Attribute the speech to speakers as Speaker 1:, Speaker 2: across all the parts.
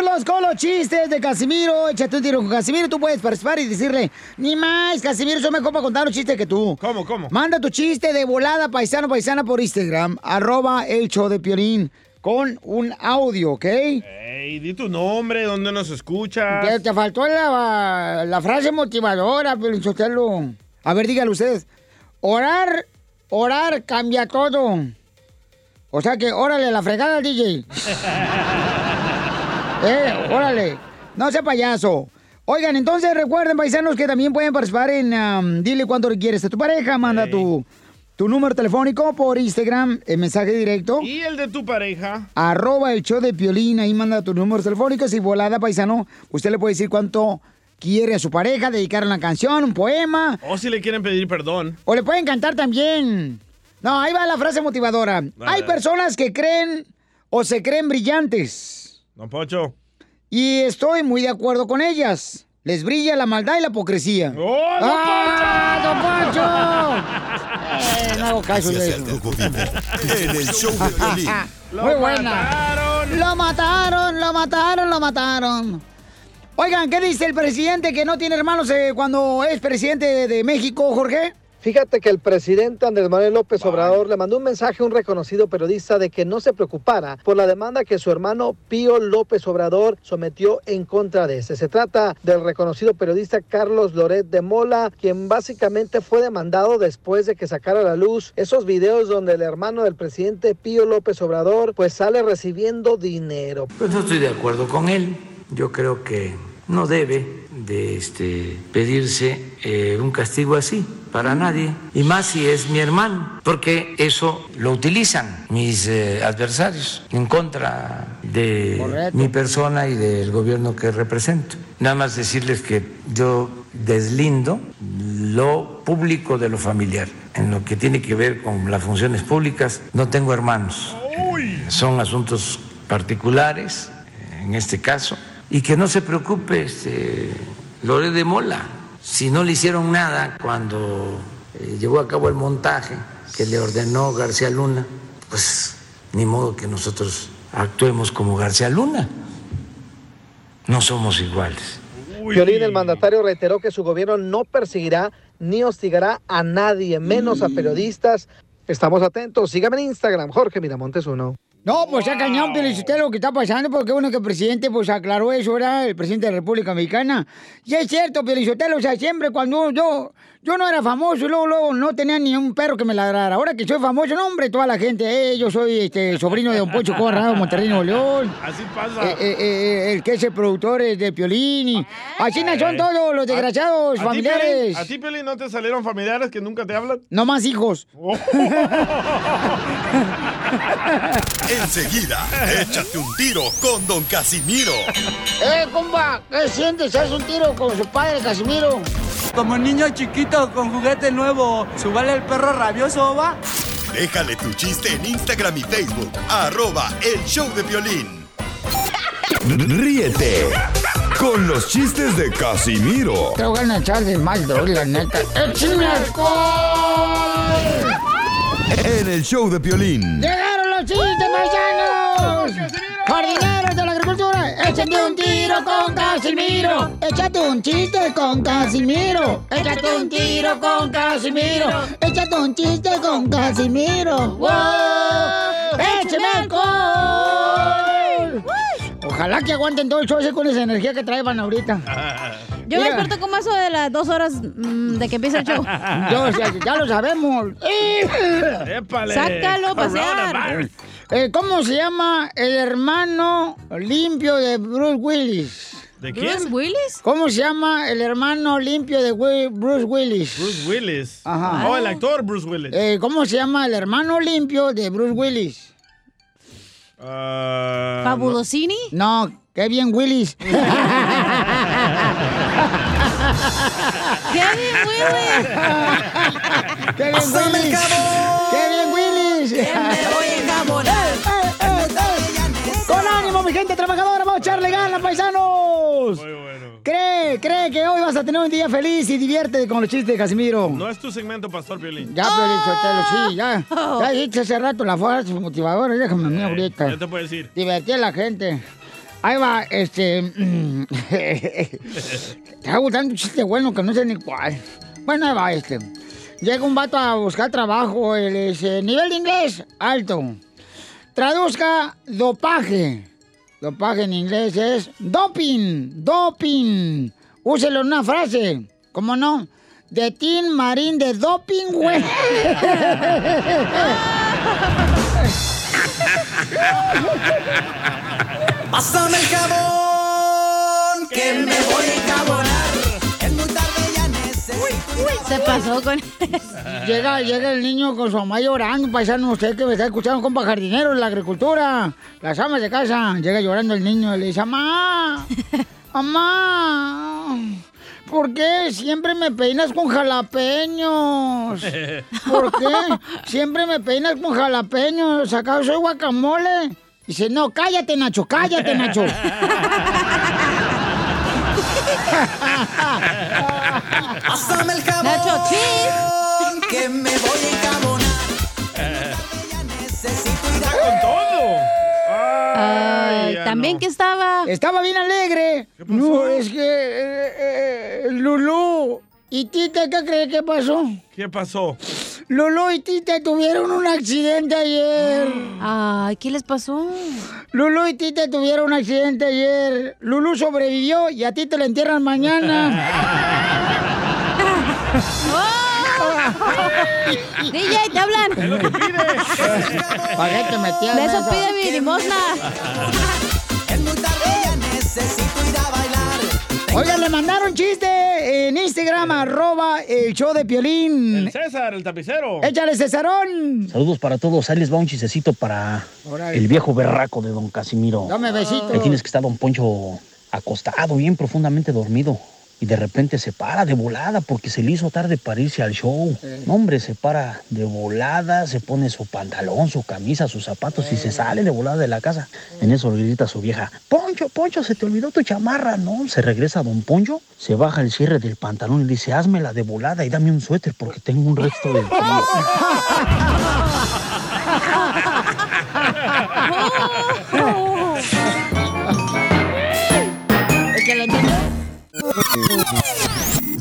Speaker 1: Vamos con los chistes de Casimiro. Échate un tiro con Casimiro. Tú puedes participar y decirle, ni más, Casimiro, yo mejor para contar los chistes que tú.
Speaker 2: ¿Cómo, cómo?
Speaker 1: Manda tu chiste de volada, paisano, paisana, por Instagram. Arroba el show de Piolín con un audio, ¿ok?
Speaker 2: Ey, di tu nombre, dónde nos escuchas.
Speaker 1: Te, te faltó la, la frase motivadora, Piolín Sotelo. A ver, dígalo ustedes. Orar, orar cambia todo. O sea que, órale, la fregada, DJ. Eh, órale. No sea payaso. Oigan, entonces recuerden, paisanos, que también pueden participar en um, Dile cuánto quieres a tu pareja. Manda tu, tu número telefónico por Instagram, el mensaje directo.
Speaker 2: ¿Y el de tu pareja?
Speaker 1: Arroba el show de Piolín, ahí manda tus números telefónicos y volada, paisano. Usted le puede decir cuánto quiere a su pareja, dedicar una canción, un poema.
Speaker 2: O si le quieren pedir perdón.
Speaker 1: O le pueden cantar también. No, ahí va la frase motivadora. Hay personas que creen o se creen brillantes.
Speaker 2: Don Pocho.
Speaker 1: Y estoy muy de acuerdo con ellas. Les brilla la maldad y la hipocresía.
Speaker 2: ¡Oh, don
Speaker 1: ¡Ah, don Poncho! Eh, no hago caso de eso.
Speaker 3: En el show de Piolín.
Speaker 1: Ah, Muy buena. Lo mataron, lo mataron, lo mataron. Oigan, ¿qué dice el presidente que no tiene hermanos eh, cuando es presidente de, de México, Jorge?
Speaker 4: Fíjate que el presidente Andrés Manuel López Obrador le mandó un mensaje a un reconocido periodista de que no se preocupara por la demanda que su hermano Pío López Obrador sometió en contra de este. Se trata del reconocido periodista Carlos Loret de Mola, quien básicamente fue demandado después de que sacara a la luz esos videos donde el hermano del presidente Pío López Obrador pues sale recibiendo dinero.
Speaker 5: Pues no estoy de acuerdo con él. Yo creo que no debe de este, pedirse eh, un castigo así para nadie, y más si es mi hermano, porque eso lo utilizan mis eh, adversarios en contra de
Speaker 1: Correcto.
Speaker 5: mi persona y del gobierno que represento. Nada más decirles que yo deslindo lo público de lo familiar. En lo que tiene que ver con las funciones públicas, no tengo hermanos. Son asuntos particulares, en este caso, y que no se preocupe este, Lore de Mola, si no le hicieron nada cuando eh, llevó a cabo el montaje que le ordenó García Luna, pues ni modo que nosotros actuemos como García Luna, no somos iguales.
Speaker 4: Piolín, el mandatario reiteró que su gobierno no perseguirá ni hostigará a nadie, menos a periodistas. Estamos atentos. Sígame en Instagram, Jorge Miramontes uno.
Speaker 1: No, pues ya cañón, pero usted lo que está pasando, porque bueno que el presidente pues aclaró eso, era el presidente de la República Mexicana. Y es cierto, Pelizotelo, o sea, siempre cuando yo, yo no era famoso, luego, luego no tenía ni un perro que me ladrara. Ahora que soy famoso, no, hombre, toda la gente, eh, yo soy este sobrino de Don Pocho Corrado, Monterrey, Nuevo León.
Speaker 2: Así pasa.
Speaker 1: Eh, eh, eh, el que es el productor es de Piolín y... Así no son todos los
Speaker 2: Eh. ¿A ti,
Speaker 1: desgraciados
Speaker 2: Piolín?
Speaker 1: familiares.
Speaker 2: ¿A ti, Piolín, no te salieron familiares que nunca te hablan? Oh,
Speaker 1: No más hijos.
Speaker 3: Enseguida, échate un tiro con Don Casimiro.
Speaker 1: ¡Eh, compa! ¿Qué sientes? ¿Haz un tiro con su padre, Casimiro?
Speaker 6: Como niño chiquito con juguete nuevo, ¿subale el perro rabioso va?
Speaker 3: Déjale tu chiste en Instagram y Facebook. Arroba el show de violín. Ríete con los chistes de Casimiro.
Speaker 1: Te voy a echar de mal, doy, la neta. ¡Échame alcohol!
Speaker 3: En el show de violín.
Speaker 1: ¡Llegaron los chistes, paisanos! ¡Jardineros de la agricultura! ¡Échate un tiro con Casimiro! ¡Échate un chiste con Casimiro! ¡Échate un tiro con Casimiro! ¡Échate un chiste con Casimiro! ¡Wow! ¡Échame alcohol! Ojalá que aguanten todo el show ese con esa energía que traen ahorita.
Speaker 7: Yo me
Speaker 1: Mira.
Speaker 7: despierto como eso de las dos horas mm, de que empieza el show.
Speaker 1: Yo, ya, ya lo sabemos.
Speaker 2: ¡Épale!
Speaker 7: Sácalo a pasear.
Speaker 2: Coronavirus.
Speaker 1: Eh, ¿Cómo se llama el hermano limpio de Bruce Willis?
Speaker 2: ¿De
Speaker 7: ¿Bruce
Speaker 2: quién?
Speaker 7: Willis?
Speaker 1: ¿Cómo se llama el hermano limpio de Wi- Bruce Willis?
Speaker 2: Bruce Willis.
Speaker 1: Ajá.
Speaker 2: Oh, el actor Bruce Willis.
Speaker 1: Eh, ¿Cómo se llama el hermano limpio de Bruce Willis?
Speaker 2: Ah,
Speaker 7: ¿Fabulosini?
Speaker 1: No, qué bien Willis.
Speaker 7: ¡Kevin Willis!
Speaker 1: ¡Qué bien Willis! ¡Qué bien Willis! ¡Con ánimo, mi gente trabajadora! ¡Vamos a echarle ganas, paisanos!
Speaker 2: Muy bueno.
Speaker 1: Cree, cree que hoy vas a tener un día feliz y diviértete con los chistes de Casimiro.
Speaker 2: No es tu segmento, Pastor Piolín.
Speaker 1: Ya, Piolín Sotelo, sí, ya. Ya dijiste hace rato la fuerza motivadora, déjame a mí
Speaker 2: Eh,
Speaker 1: ahorita.
Speaker 2: Ya te puedo decir.
Speaker 1: Divertí a la gente. Ahí va, este. Te hago tanto chiste bueno que no sé ni cuál. Bueno, ahí va este. Llega un vato a buscar trabajo. Él dice: Nivel de inglés, alto. Traduzca dopaje. Dopaje en inglés es doping, doping. Úselo en una frase. ¿Cómo no? De Tin Marín de Doping, güey.
Speaker 7: Pásame el jabón, que me voy a jabonar.
Speaker 8: Se pasó con...
Speaker 1: Llega, llega el niño con su mamá llorando, paisano, usted que me está escuchando, compa jardinero, la agricultura, las amas de casa. Llega llorando el niño y le dice, mamá, mamá, ¿por qué siempre me peinas con jalapeños? ¿Por qué siempre me peinas con jalapeños? ¿Acaso soy guacamole? Dice, no, cállate, Nacho, cállate, Nacho.
Speaker 7: Pásame el jabón,
Speaker 8: Nacho, cheese.
Speaker 7: que me voy a jabonar.
Speaker 2: ¡Está con todo! Ay,
Speaker 8: Ay,
Speaker 2: ya
Speaker 8: también
Speaker 2: no.
Speaker 8: que estaba...
Speaker 1: Estaba bien alegre.
Speaker 2: pasó?
Speaker 1: No, es que eh, eh, Lulú y Tita, ¿qué crees que pasó?
Speaker 2: ¿Qué pasó?
Speaker 1: Lulú y Tita tuvieron un accidente ayer.
Speaker 8: Ay, ¿qué les pasó?
Speaker 1: Lulú y Tita tuvieron un accidente ayer. Lulú sobrevivió y a ti te la entierran mañana.
Speaker 8: DJ, te hablan.
Speaker 1: ¿Para qué te metías
Speaker 8: De
Speaker 1: en
Speaker 8: eso
Speaker 1: eso?
Speaker 8: pide mi limosna.
Speaker 7: Es muy tarde, ya necesito ir a bailar.
Speaker 1: Oigan, le mandaron chiste en Instagram, arroba el show de Piolín.
Speaker 2: El César, el tapicero.
Speaker 1: Échale, Cesarón.
Speaker 9: Saludos para todos. Ahí les va un chisecito para
Speaker 1: Órale.
Speaker 9: el viejo berraco de don Casimiro.
Speaker 1: Dame besito.
Speaker 9: Ahí tienes que está don Poncho acostado, bien profundamente dormido. Y de repente se para de volada porque se le hizo tarde para irse al show. No, hombre, se para de volada, se pone su pantalón, su camisa, sus zapatos y se sale de volada de la casa. En eso le grita a su vieja, Poncho, Poncho, se te olvidó tu chamarra, ¿no? Se regresa don Poncho, se baja el cierre del pantalón y le dice, házmela de volada y dame un suéter porque tengo un resto de frío".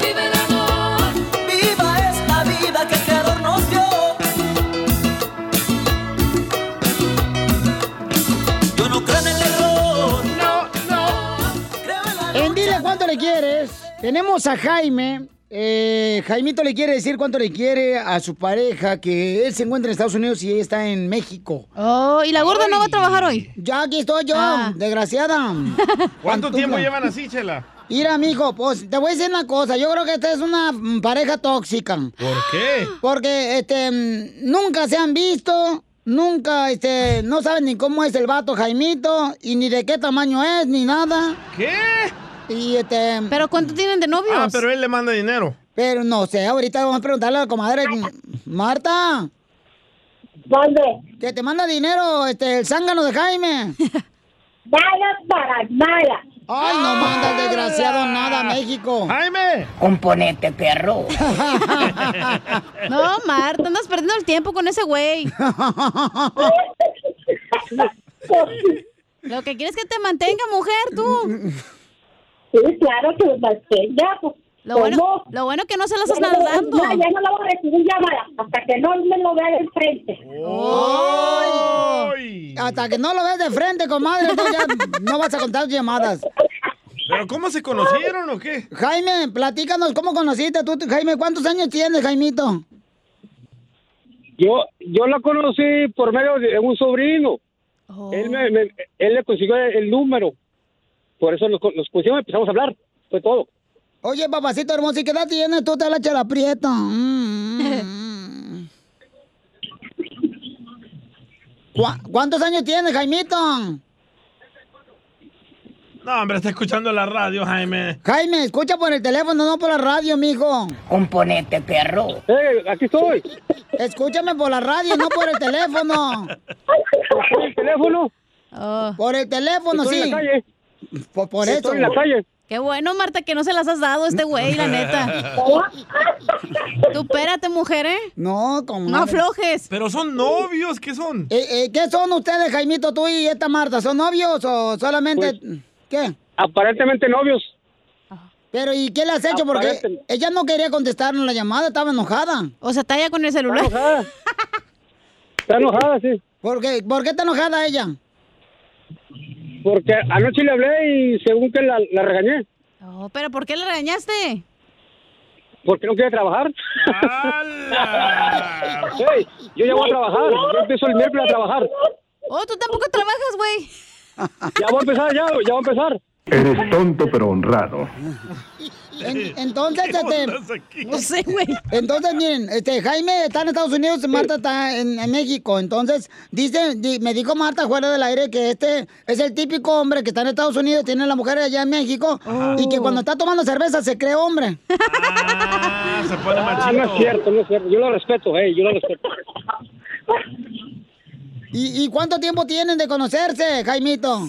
Speaker 7: viva el amor, viva esta vida que el Creador nos dio. Yo no creo en el error, creo en la
Speaker 1: En Dile cuánto le quieres. Tenemos a Jaime. Eh, Jaimito le quiere decir cuánto le quiere a su pareja, que él se encuentra en Estados Unidos y ella está en México.
Speaker 8: Oh, y la gorda no va a trabajar hoy.
Speaker 1: Ya aquí estoy yo,
Speaker 8: Ah.
Speaker 1: desgraciada.
Speaker 2: ¿Cuánto tiempo
Speaker 1: Pantufla.
Speaker 2: llevan así, Chela?
Speaker 1: Mira, amigo, pues te voy a decir una cosa. Yo creo que esta es una mm, pareja tóxica.
Speaker 2: ¿Por qué?
Speaker 1: Porque este mm, nunca se han visto, nunca este no saben ni cómo es el vato Jaimito y ni de qué tamaño es ni nada.
Speaker 2: ¿Qué?
Speaker 1: Y este
Speaker 8: ¿Pero cuánto tienen de novios?
Speaker 2: Ah, pero él le manda dinero.
Speaker 1: Pero no sé, ahorita vamos a preguntarle a la comadre mm, Marta,
Speaker 10: ¿Dónde?
Speaker 1: que te manda dinero este el zángano de Jaime.
Speaker 10: Balas para malas.
Speaker 1: Ay, no manda el desgraciado nada a México.
Speaker 2: ¡Jaime!
Speaker 10: Componente, perro.
Speaker 8: No, Marta, andas perdiendo el tiempo con ese güey.
Speaker 10: sí,
Speaker 8: Lo que quieres es que te mantenga, mujer, tú.
Speaker 10: claro que lo mantenga. pues,
Speaker 8: Lo bueno,
Speaker 10: ¿cómo?
Speaker 8: lo bueno que no se las
Speaker 10: Ya
Speaker 8: estás
Speaker 10: no, lo-
Speaker 8: dando.
Speaker 10: no, ya no la voy a recibir llamada hasta que no me lo vea de frente.
Speaker 2: ¡Ay!
Speaker 1: Hasta que no lo ves de frente, comadre, tú ya no vas a contar tus llamadas.
Speaker 2: ¿Pero cómo se conocieron o qué?
Speaker 1: Jaime, platícanos cómo conociste tú, Jaime, ¿cuántos años tienes, Jaimito?
Speaker 11: Yo, yo la conocí por medio de un sobrino. Él, me- me- él le consiguió el, el número. Por eso nos, nos pusimos y empezamos a hablar. Fue todo.
Speaker 1: Oye, papacito hermoso, ¿y qué edad tienes tú? Te la chela prieta. Mm, mm. ¿Cuá- ¿Cuántos años tienes, Jaimito?
Speaker 2: No, hombre, está escuchando la radio, Jaime.
Speaker 1: Jaime, escucha por el teléfono, no por la radio, mijo. Componente, perro.
Speaker 11: Eh, aquí estoy.
Speaker 1: Escúchame por la radio, no por el teléfono.
Speaker 11: ¿Por el teléfono?
Speaker 8: Oh.
Speaker 1: Por el teléfono,
Speaker 8: Estoy
Speaker 1: sí.
Speaker 8: en la calle.
Speaker 1: Por, por eso.
Speaker 8: Qué bueno, Marta, que no se las has dado a este güey, la neta. Tú espérate, mujer, ¿eh?
Speaker 1: No, como.
Speaker 8: No aflojes.
Speaker 2: Pero son novios, ¿qué son?
Speaker 1: Eh, eh, ¿Qué son ustedes, Jaimito, tú y esta Marta? ¿Son novios o solamente.?
Speaker 11: Pues,
Speaker 1: ¿Qué?
Speaker 11: Aparentemente novios.
Speaker 1: Pero ¿y qué le has hecho? Porque
Speaker 11: Aparenten-
Speaker 1: ella no quería contestarnos la llamada, estaba enojada. O sea, está ella con el celular. Está enojada.
Speaker 11: Está enojada, sí.
Speaker 1: ¿Por qué, ¿Por qué está enojada ella?
Speaker 11: Porque anoche le hablé y según que la, la regañé.
Speaker 8: Oh, pero ¿por qué le regañaste?
Speaker 11: Porque no quiere trabajar. Ey, yo ya voy a trabajar. Yo empiezo el miércoles a trabajar.
Speaker 8: Oh, tú tampoco trabajas, güey.
Speaker 11: Ya voy a empezar, ya, ya voy a empezar.
Speaker 12: Eres tonto pero honrado.
Speaker 1: En- entonces, este, no sé, güey. Entonces, miren, este, Jaime está en Estados Unidos, Marta está en, en México. Entonces, dice, di- me dijo Marta fuera del aire que este es el típico hombre que está en Estados Unidos, tiene a la mujer allá en México y que cuando está tomando cerveza se cree hombre.
Speaker 2: Ah, se pone
Speaker 11: Ah, no es cierto, no es cierto. Yo lo respeto, hey, yo lo respeto.
Speaker 1: ¿Y, y cuánto tiempo tienen de conocerse, Jaimito?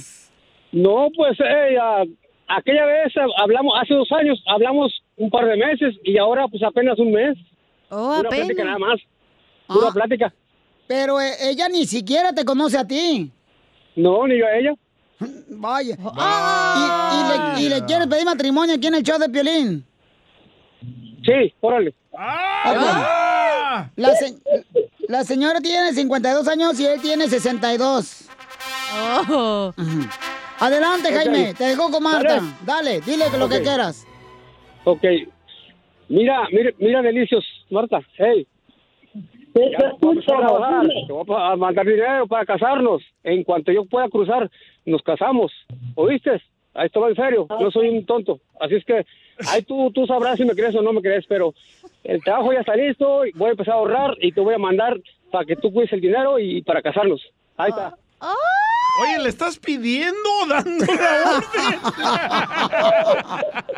Speaker 11: No, pues eh, ah, aquella vez ah, hablamos, hace dos años hablamos un par de meses y ahora pues apenas un mes.
Speaker 8: Oh,
Speaker 11: Una
Speaker 1: apenas.
Speaker 11: plática nada más. Pura
Speaker 1: Ah.
Speaker 11: plática.
Speaker 1: Pero eh, ella ni siquiera te conoce a ti.
Speaker 11: No, ni yo a ella.
Speaker 1: Vaya. Ah, Y, y le, y le quieres pedir matrimonio aquí en el show de Piolín.
Speaker 11: Sí, órale.
Speaker 8: Ah,
Speaker 1: La, se- la señora tiene 52 años y él tiene 62.
Speaker 8: Oh.
Speaker 1: Ujú. Adelante,
Speaker 11: Ok.
Speaker 1: Jaime. Te dejo con Marta.
Speaker 11: Dale.
Speaker 1: Dale, dile que lo que
Speaker 11: Ok.
Speaker 1: quieras.
Speaker 11: Ok. Mira, mira, mira, delicios, Marta. Hey. Ya vamos a trabajar, Te voy a mandar dinero para casarnos. En cuanto yo pueda cruzar, nos casamos. ¿Oíste? Ahí esto va en serio. No soy un tonto. Así es que ahí tú, tú sabrás si me crees o no me crees, pero el trabajo ya está listo. y Voy a empezar a ahorrar y te voy a mandar para que tú cuides el dinero y para casarnos. Ahí está.
Speaker 2: Oye, ¿le estás pidiendo o dando la orden?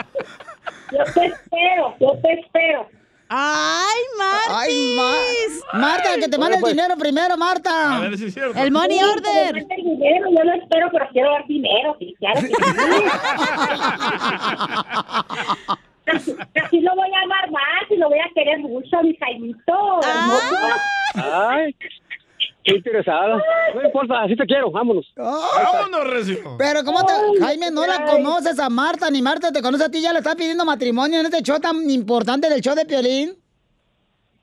Speaker 10: Yo te espero, yo te espero.
Speaker 8: ¡Ay, Marta!
Speaker 1: ¡Ay, Ma- Marta, que te mande
Speaker 11: pues.
Speaker 1: el dinero primero, Marta.
Speaker 10: A ver si es cierto.
Speaker 8: El money
Speaker 10: Sí, que
Speaker 8: order.
Speaker 10: me mande el dinero, yo lo espero, pero quiero dar dinero, sí, claro que sí. Así- Así lo voy a amar más y lo voy a querer mucho a mi Jaimito. hermoso.
Speaker 11: Ay, qué interesada. No importa, así te quiero. Vámonos.
Speaker 1: Ah,
Speaker 2: Vámonos, Recio.
Speaker 1: Pero cómo te...
Speaker 11: Ay,
Speaker 1: Jaime, no la
Speaker 11: ay.
Speaker 1: conoces a Marta, ni Marta te conoce a ti, ya le está pidiendo matrimonio en este show tan importante del show de Piolín.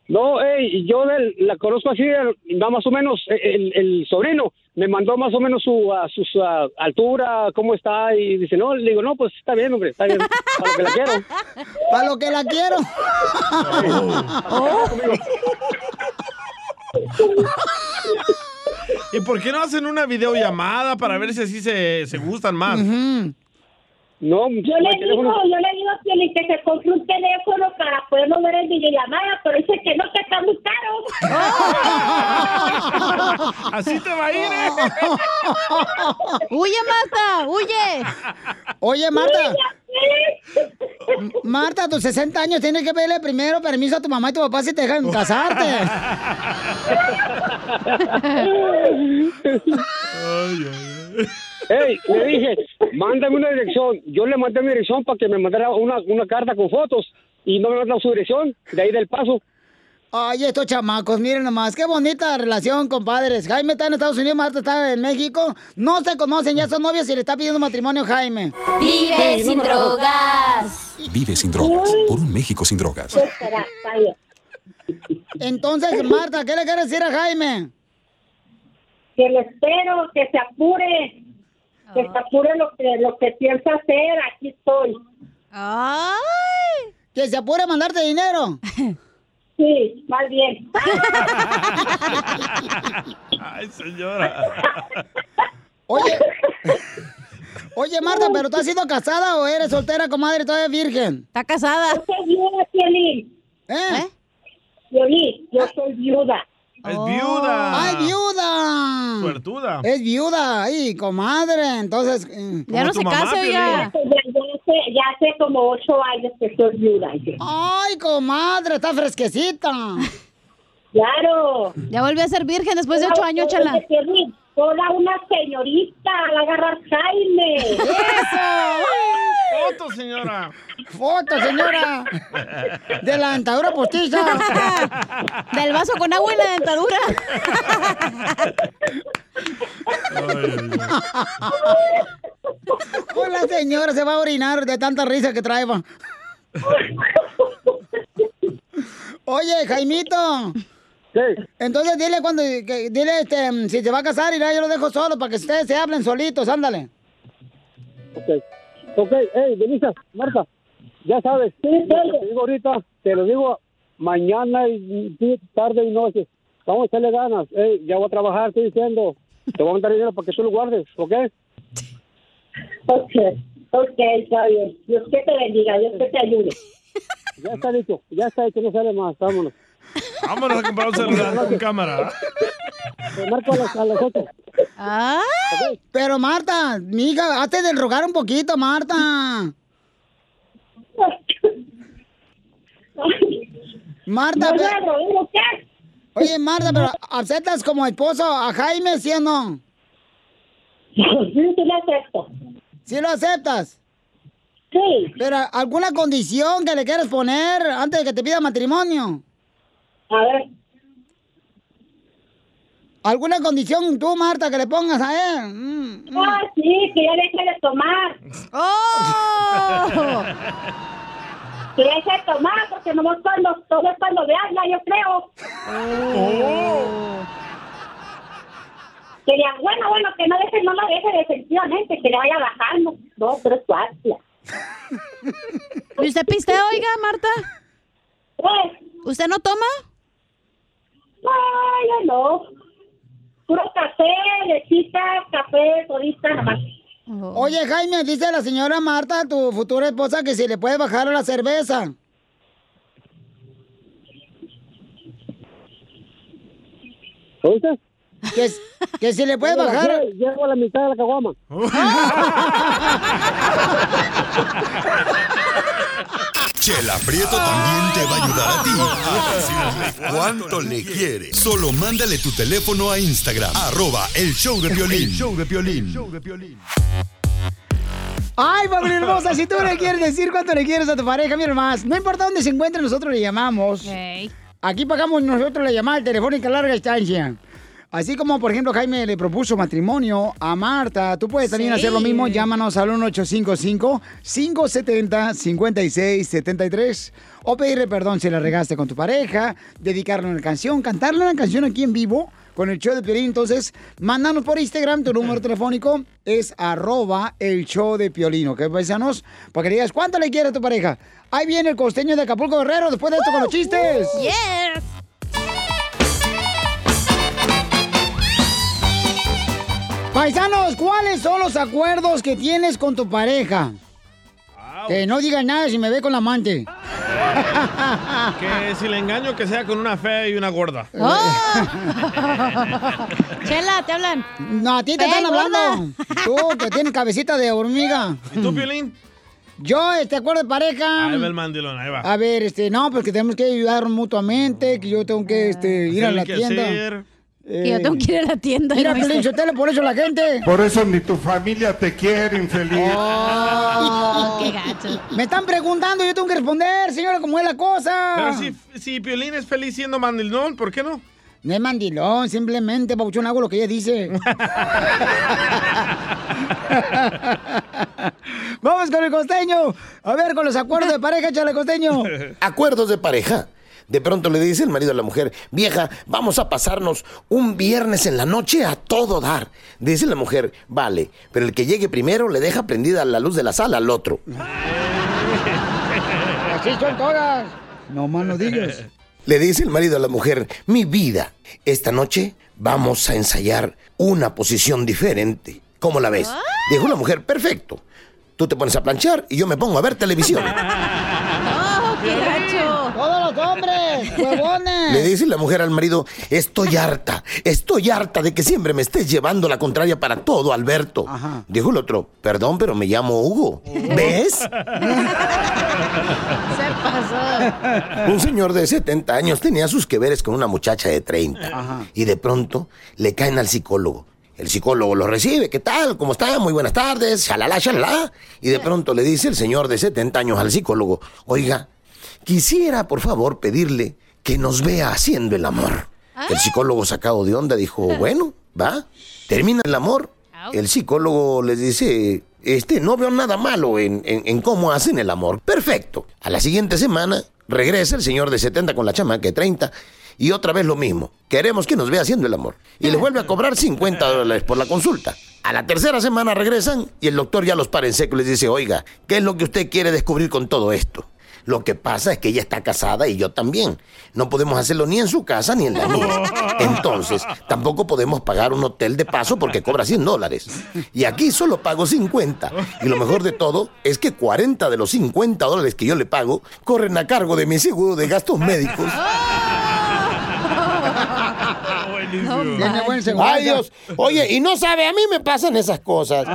Speaker 11: No, ey, yo del- la conozco así, el- va más o menos, e, el, el sobrino me mandó más o menos su, a, su, su, ah, altura, cómo está, y dice, no, le digo, no, pues está bien, hombre, está bien, para lo que la quiero.
Speaker 1: Para lo que la quiero.
Speaker 2: ¿Y por qué no hacen una videollamada para ver si así se, se gustan más?
Speaker 11: No,
Speaker 10: Yo le digo, yo le digo a Piolín que se compre un teléfono para poder mover el videollamada, pero dice que no, que está muy caro.
Speaker 2: Así te va a ir, ¿eh?
Speaker 8: ¡Huye, Marta! ¡Huye!
Speaker 1: Oye, Marta. M- Marta, a tus 60 años tienes que pedirle primero permiso a tu mamá y tu papá si te dejan casarte.
Speaker 11: Ey, le dije, mándame una dirección. Yo le mandé mi dirección para que me mandara una, una carta con fotos, y no me mandó su dirección, de ahí del paso.
Speaker 1: Ay, estos chamacos, miren nomás, qué bonita relación, compadres. Jaime está en Estados Unidos, Marta está en México. No se conocen, ya son novios y le está pidiendo matrimonio a Jaime.
Speaker 10: Vive sin
Speaker 1: drogas.
Speaker 13: Vive sin drogas. Por un México sin drogas.
Speaker 1: Entonces, Marta, ¿qué le quieres decir a Jaime?
Speaker 10: que le espero, que se apure, que se apure lo que, lo que piensa hacer, aquí estoy.
Speaker 8: ¡Ay!
Speaker 1: Que se apure a mandarte dinero.
Speaker 10: Sí, más bien.
Speaker 2: Ay, señora.
Speaker 1: Oye, oye Marta, ¿pero tú has sido casada o eres soltera, comadre, todavía virgen?
Speaker 8: Está casada.
Speaker 10: Yo soy viuda, Piolín.
Speaker 1: ¿Eh?
Speaker 10: Piolín, yo soy viuda.
Speaker 2: Es viuda.
Speaker 1: ¡Ay, viuda!
Speaker 2: Suertuda.
Speaker 1: Es viuda, ay, comadre. Entonces. mm.
Speaker 10: Ya no se case, oiga. hace, ya hace como ocho años que soy viuda. yo.
Speaker 1: Ay, comadre, está fresquecita.
Speaker 10: Claro.
Speaker 8: Ya volví a ser virgen después de ocho años,
Speaker 10: Toda-
Speaker 8: chala.
Speaker 10: Toda una señorita al agarrar Jaime.
Speaker 1: ¡Eso!
Speaker 2: ¡Foto, señora!
Speaker 1: ¡Foto, señora! De la dentadura postiza.
Speaker 8: Del vaso con agua y la dentadura.
Speaker 1: Pues la señora se va a orinar de tanta risa que trae. va. Oye, Jaimito. Entonces dile cuando que- dile este, si te va a casar, irá, yo lo dejo solo para que ustedes se hablen solitos, ándale.
Speaker 11: Ok, ok, hey, Denisa, Marta, ya sabes, te digo ahorita, te lo digo mañana, y, y tarde y noche, vamos a echarle ganas, hey, ya voy a trabajar, estoy diciendo, te voy a mandar dinero para que tú lo guardes, ¿ok?
Speaker 10: Ok, ok, está bien. Dios que te bendiga, Dios que te ayude.
Speaker 11: Ya está dicho, ya está dicho, no sale más, vámonos.
Speaker 2: Vámonos a comprar un celular con cámara.
Speaker 11: Te marco a las, a las ocho.
Speaker 1: ¡Ay! Pero Marta, mi hija, hazte del rogar un poquito, Marta. Marta,
Speaker 10: No,
Speaker 1: pe- Oye, Marta, pero ¿aceptas como esposo a Jaime, sí o no? Sí, sí lo acepto. ¿Sí lo aceptas? Sí. ¿Pero alguna condición que le quieras poner antes de que te pida matrimonio? A ver. ¿Alguna condición tú, Marta, que le pongas a él? Ah, sí, que ya deje de tomar.
Speaker 10: ¡Oh! Que deje de tomar, porque nomás cuando, todo es cuando le habla, yo creo.
Speaker 1: Oh.
Speaker 10: Que digan, bueno, bueno, que no deje, no lo deje definitivamente, que le vaya bajando. No, pero es su astia.
Speaker 8: ¿Y usted pistea, oiga, Marta? ¿Usted no toma?
Speaker 10: No, yo no. Puro café, lechita, café, todita, nomás.
Speaker 1: Oye, Jaime, dice la señora Marta, tu futura esposa, que si le puede bajar a la cerveza.
Speaker 11: ¿Oíste?
Speaker 1: Que, s- que si le puede
Speaker 11: Llego a la-
Speaker 1: bajar... ¡Oh!
Speaker 11: lle- Llego a la mitad de la caguama.
Speaker 3: Chela Prieto también te va a ayudar a ti a decirle cuánto le quiere. Solo mándale tu teléfono a Instagram, arroba el show de violín. Show de violín.
Speaker 1: Ay, Pablo Hermosa, si tú le quieres decir cuánto le quieres a tu pareja, mira más, no importa dónde se encuentre, nosotros le llamamos. Aquí pagamos nosotros la llamada telefónica a larga distancia. Así como, por ejemplo, Jaime le propuso matrimonio a Marta, tú puedes también
Speaker 14: Sí.
Speaker 1: hacer lo mismo. Llámanos al 1855-570-5673 o pedirle perdón si la regaste con tu pareja, dedicarle una canción, cantarle una canción aquí en vivo con el show de Piolín. Entonces, mándanos por Instagram, tu número telefónico es arroba el show de Piolín, ¿ok, paisanos? Para que le digas cuánto le quiere a tu pareja. Ahí viene el costeño de Acapulco Guerrero después de esto con los chistes.
Speaker 8: Yes.
Speaker 1: Paisanos, ¿cuáles son los acuerdos que tienes con tu pareja? Que no digas nada si me ve con la amante.
Speaker 2: Que si le engaño, que sea con una fea y una gorda.
Speaker 8: ¡Oh!
Speaker 1: Oh. Chela, te hablan. Eh. No, a ti te están hablando. Tú, que tienes cabecita de hormiga.
Speaker 2: ¿Y tú, Piolín?
Speaker 1: Yo, este acuerdo de pareja.
Speaker 2: Ahí va el mandilón, ahí va.
Speaker 1: A ver, este, no, porque tenemos que ayudar mutuamente, que yo tengo que este, ir a
Speaker 2: Tienen
Speaker 1: la
Speaker 2: que
Speaker 1: tienda. Eh,
Speaker 2: hacer.
Speaker 1: Que
Speaker 8: yo tengo que ir a la tienda,
Speaker 1: Mira,
Speaker 8: ¿no? Este.
Speaker 1: Piolín, Sotelo, por eso la gente.
Speaker 15: Por eso ni tu familia te quiere, infeliz.
Speaker 8: qué gacho.
Speaker 1: Ah. Me están preguntando, yo tengo que responder, señora, cómo es la cosa.
Speaker 2: Pero si, si Piolín es feliz siendo mandilón, ¿por qué no?
Speaker 1: No es mandilón, simplemente, Pabuchón, hago lo que ella dice. Vamos con el costeño. A ver, con los acuerdos de pareja, chale costeño.
Speaker 16: Acuerdos de pareja. De pronto le dice el marido a la mujer, vieja, vamos a pasarnos un viernes en la noche a todo dar. Dice la mujer, vale, pero el que llegue primero le deja prendida la luz de la sala al otro.
Speaker 1: Así son todas. No más no digas.
Speaker 16: Le dice el marido a la mujer, mi vida, esta noche vamos a ensayar una posición diferente. ¿Cómo la ves? Dijo la mujer, perfecto. Tú te pones a planchar y yo me pongo a ver televisión.
Speaker 8: ¡Oh, qué gacho!
Speaker 1: Todos ¡Vamos, hombres! ¡Huevones!
Speaker 16: Le dice la mujer al marido, estoy harta, estoy harta de que siempre me estés llevando la contraria para todo, Alberto. Dijo el otro, perdón, pero me llamo Hugo.
Speaker 7: Oh.
Speaker 16: ¿Ves?
Speaker 7: Se pasó.
Speaker 16: Un señor de 70 años tenía sus que veres con una muchacha de 30.
Speaker 7: Ajá.
Speaker 16: Y de pronto le caen al psicólogo. El psicólogo lo recibe, ¿qué tal? ¿Cómo está? Muy buenas tardes, shalala, shalala. Y de pronto le dice el señor de 70 años al psicólogo, oiga, quisiera por favor pedirle que nos vea haciendo el amor. El psicólogo sacado de onda dijo, bueno, va, termina el amor. El psicólogo les dice, este, no veo nada malo en, en- en cómo hacen el amor. Perfecto. A la siguiente semana regresa el señor de 70 con la chamaca de 30 y otra vez lo mismo. Queremos que nos vea haciendo el amor. Y le vuelve a cobrar 50 dólares por la consulta. A la tercera semana regresan y el doctor ya los para en seco y les dice, oiga, ¿qué es lo que usted quiere descubrir con todo esto? Lo que pasa es que ella está casada y yo también. No podemos hacerlo ni en su casa ni en la mía. Entonces, tampoco podemos pagar un hotel de paso porque cobra 100 dólares. Y aquí solo pago 50. Y lo mejor de todo es que 40 de los 50 dólares que yo le pago corren a cargo de mi seguro de gastos médicos.
Speaker 2: Ah,
Speaker 1: Tiene buen seguro.
Speaker 16: Ay, Dios. Oye, y no sabe, a mí me pasan esas cosas.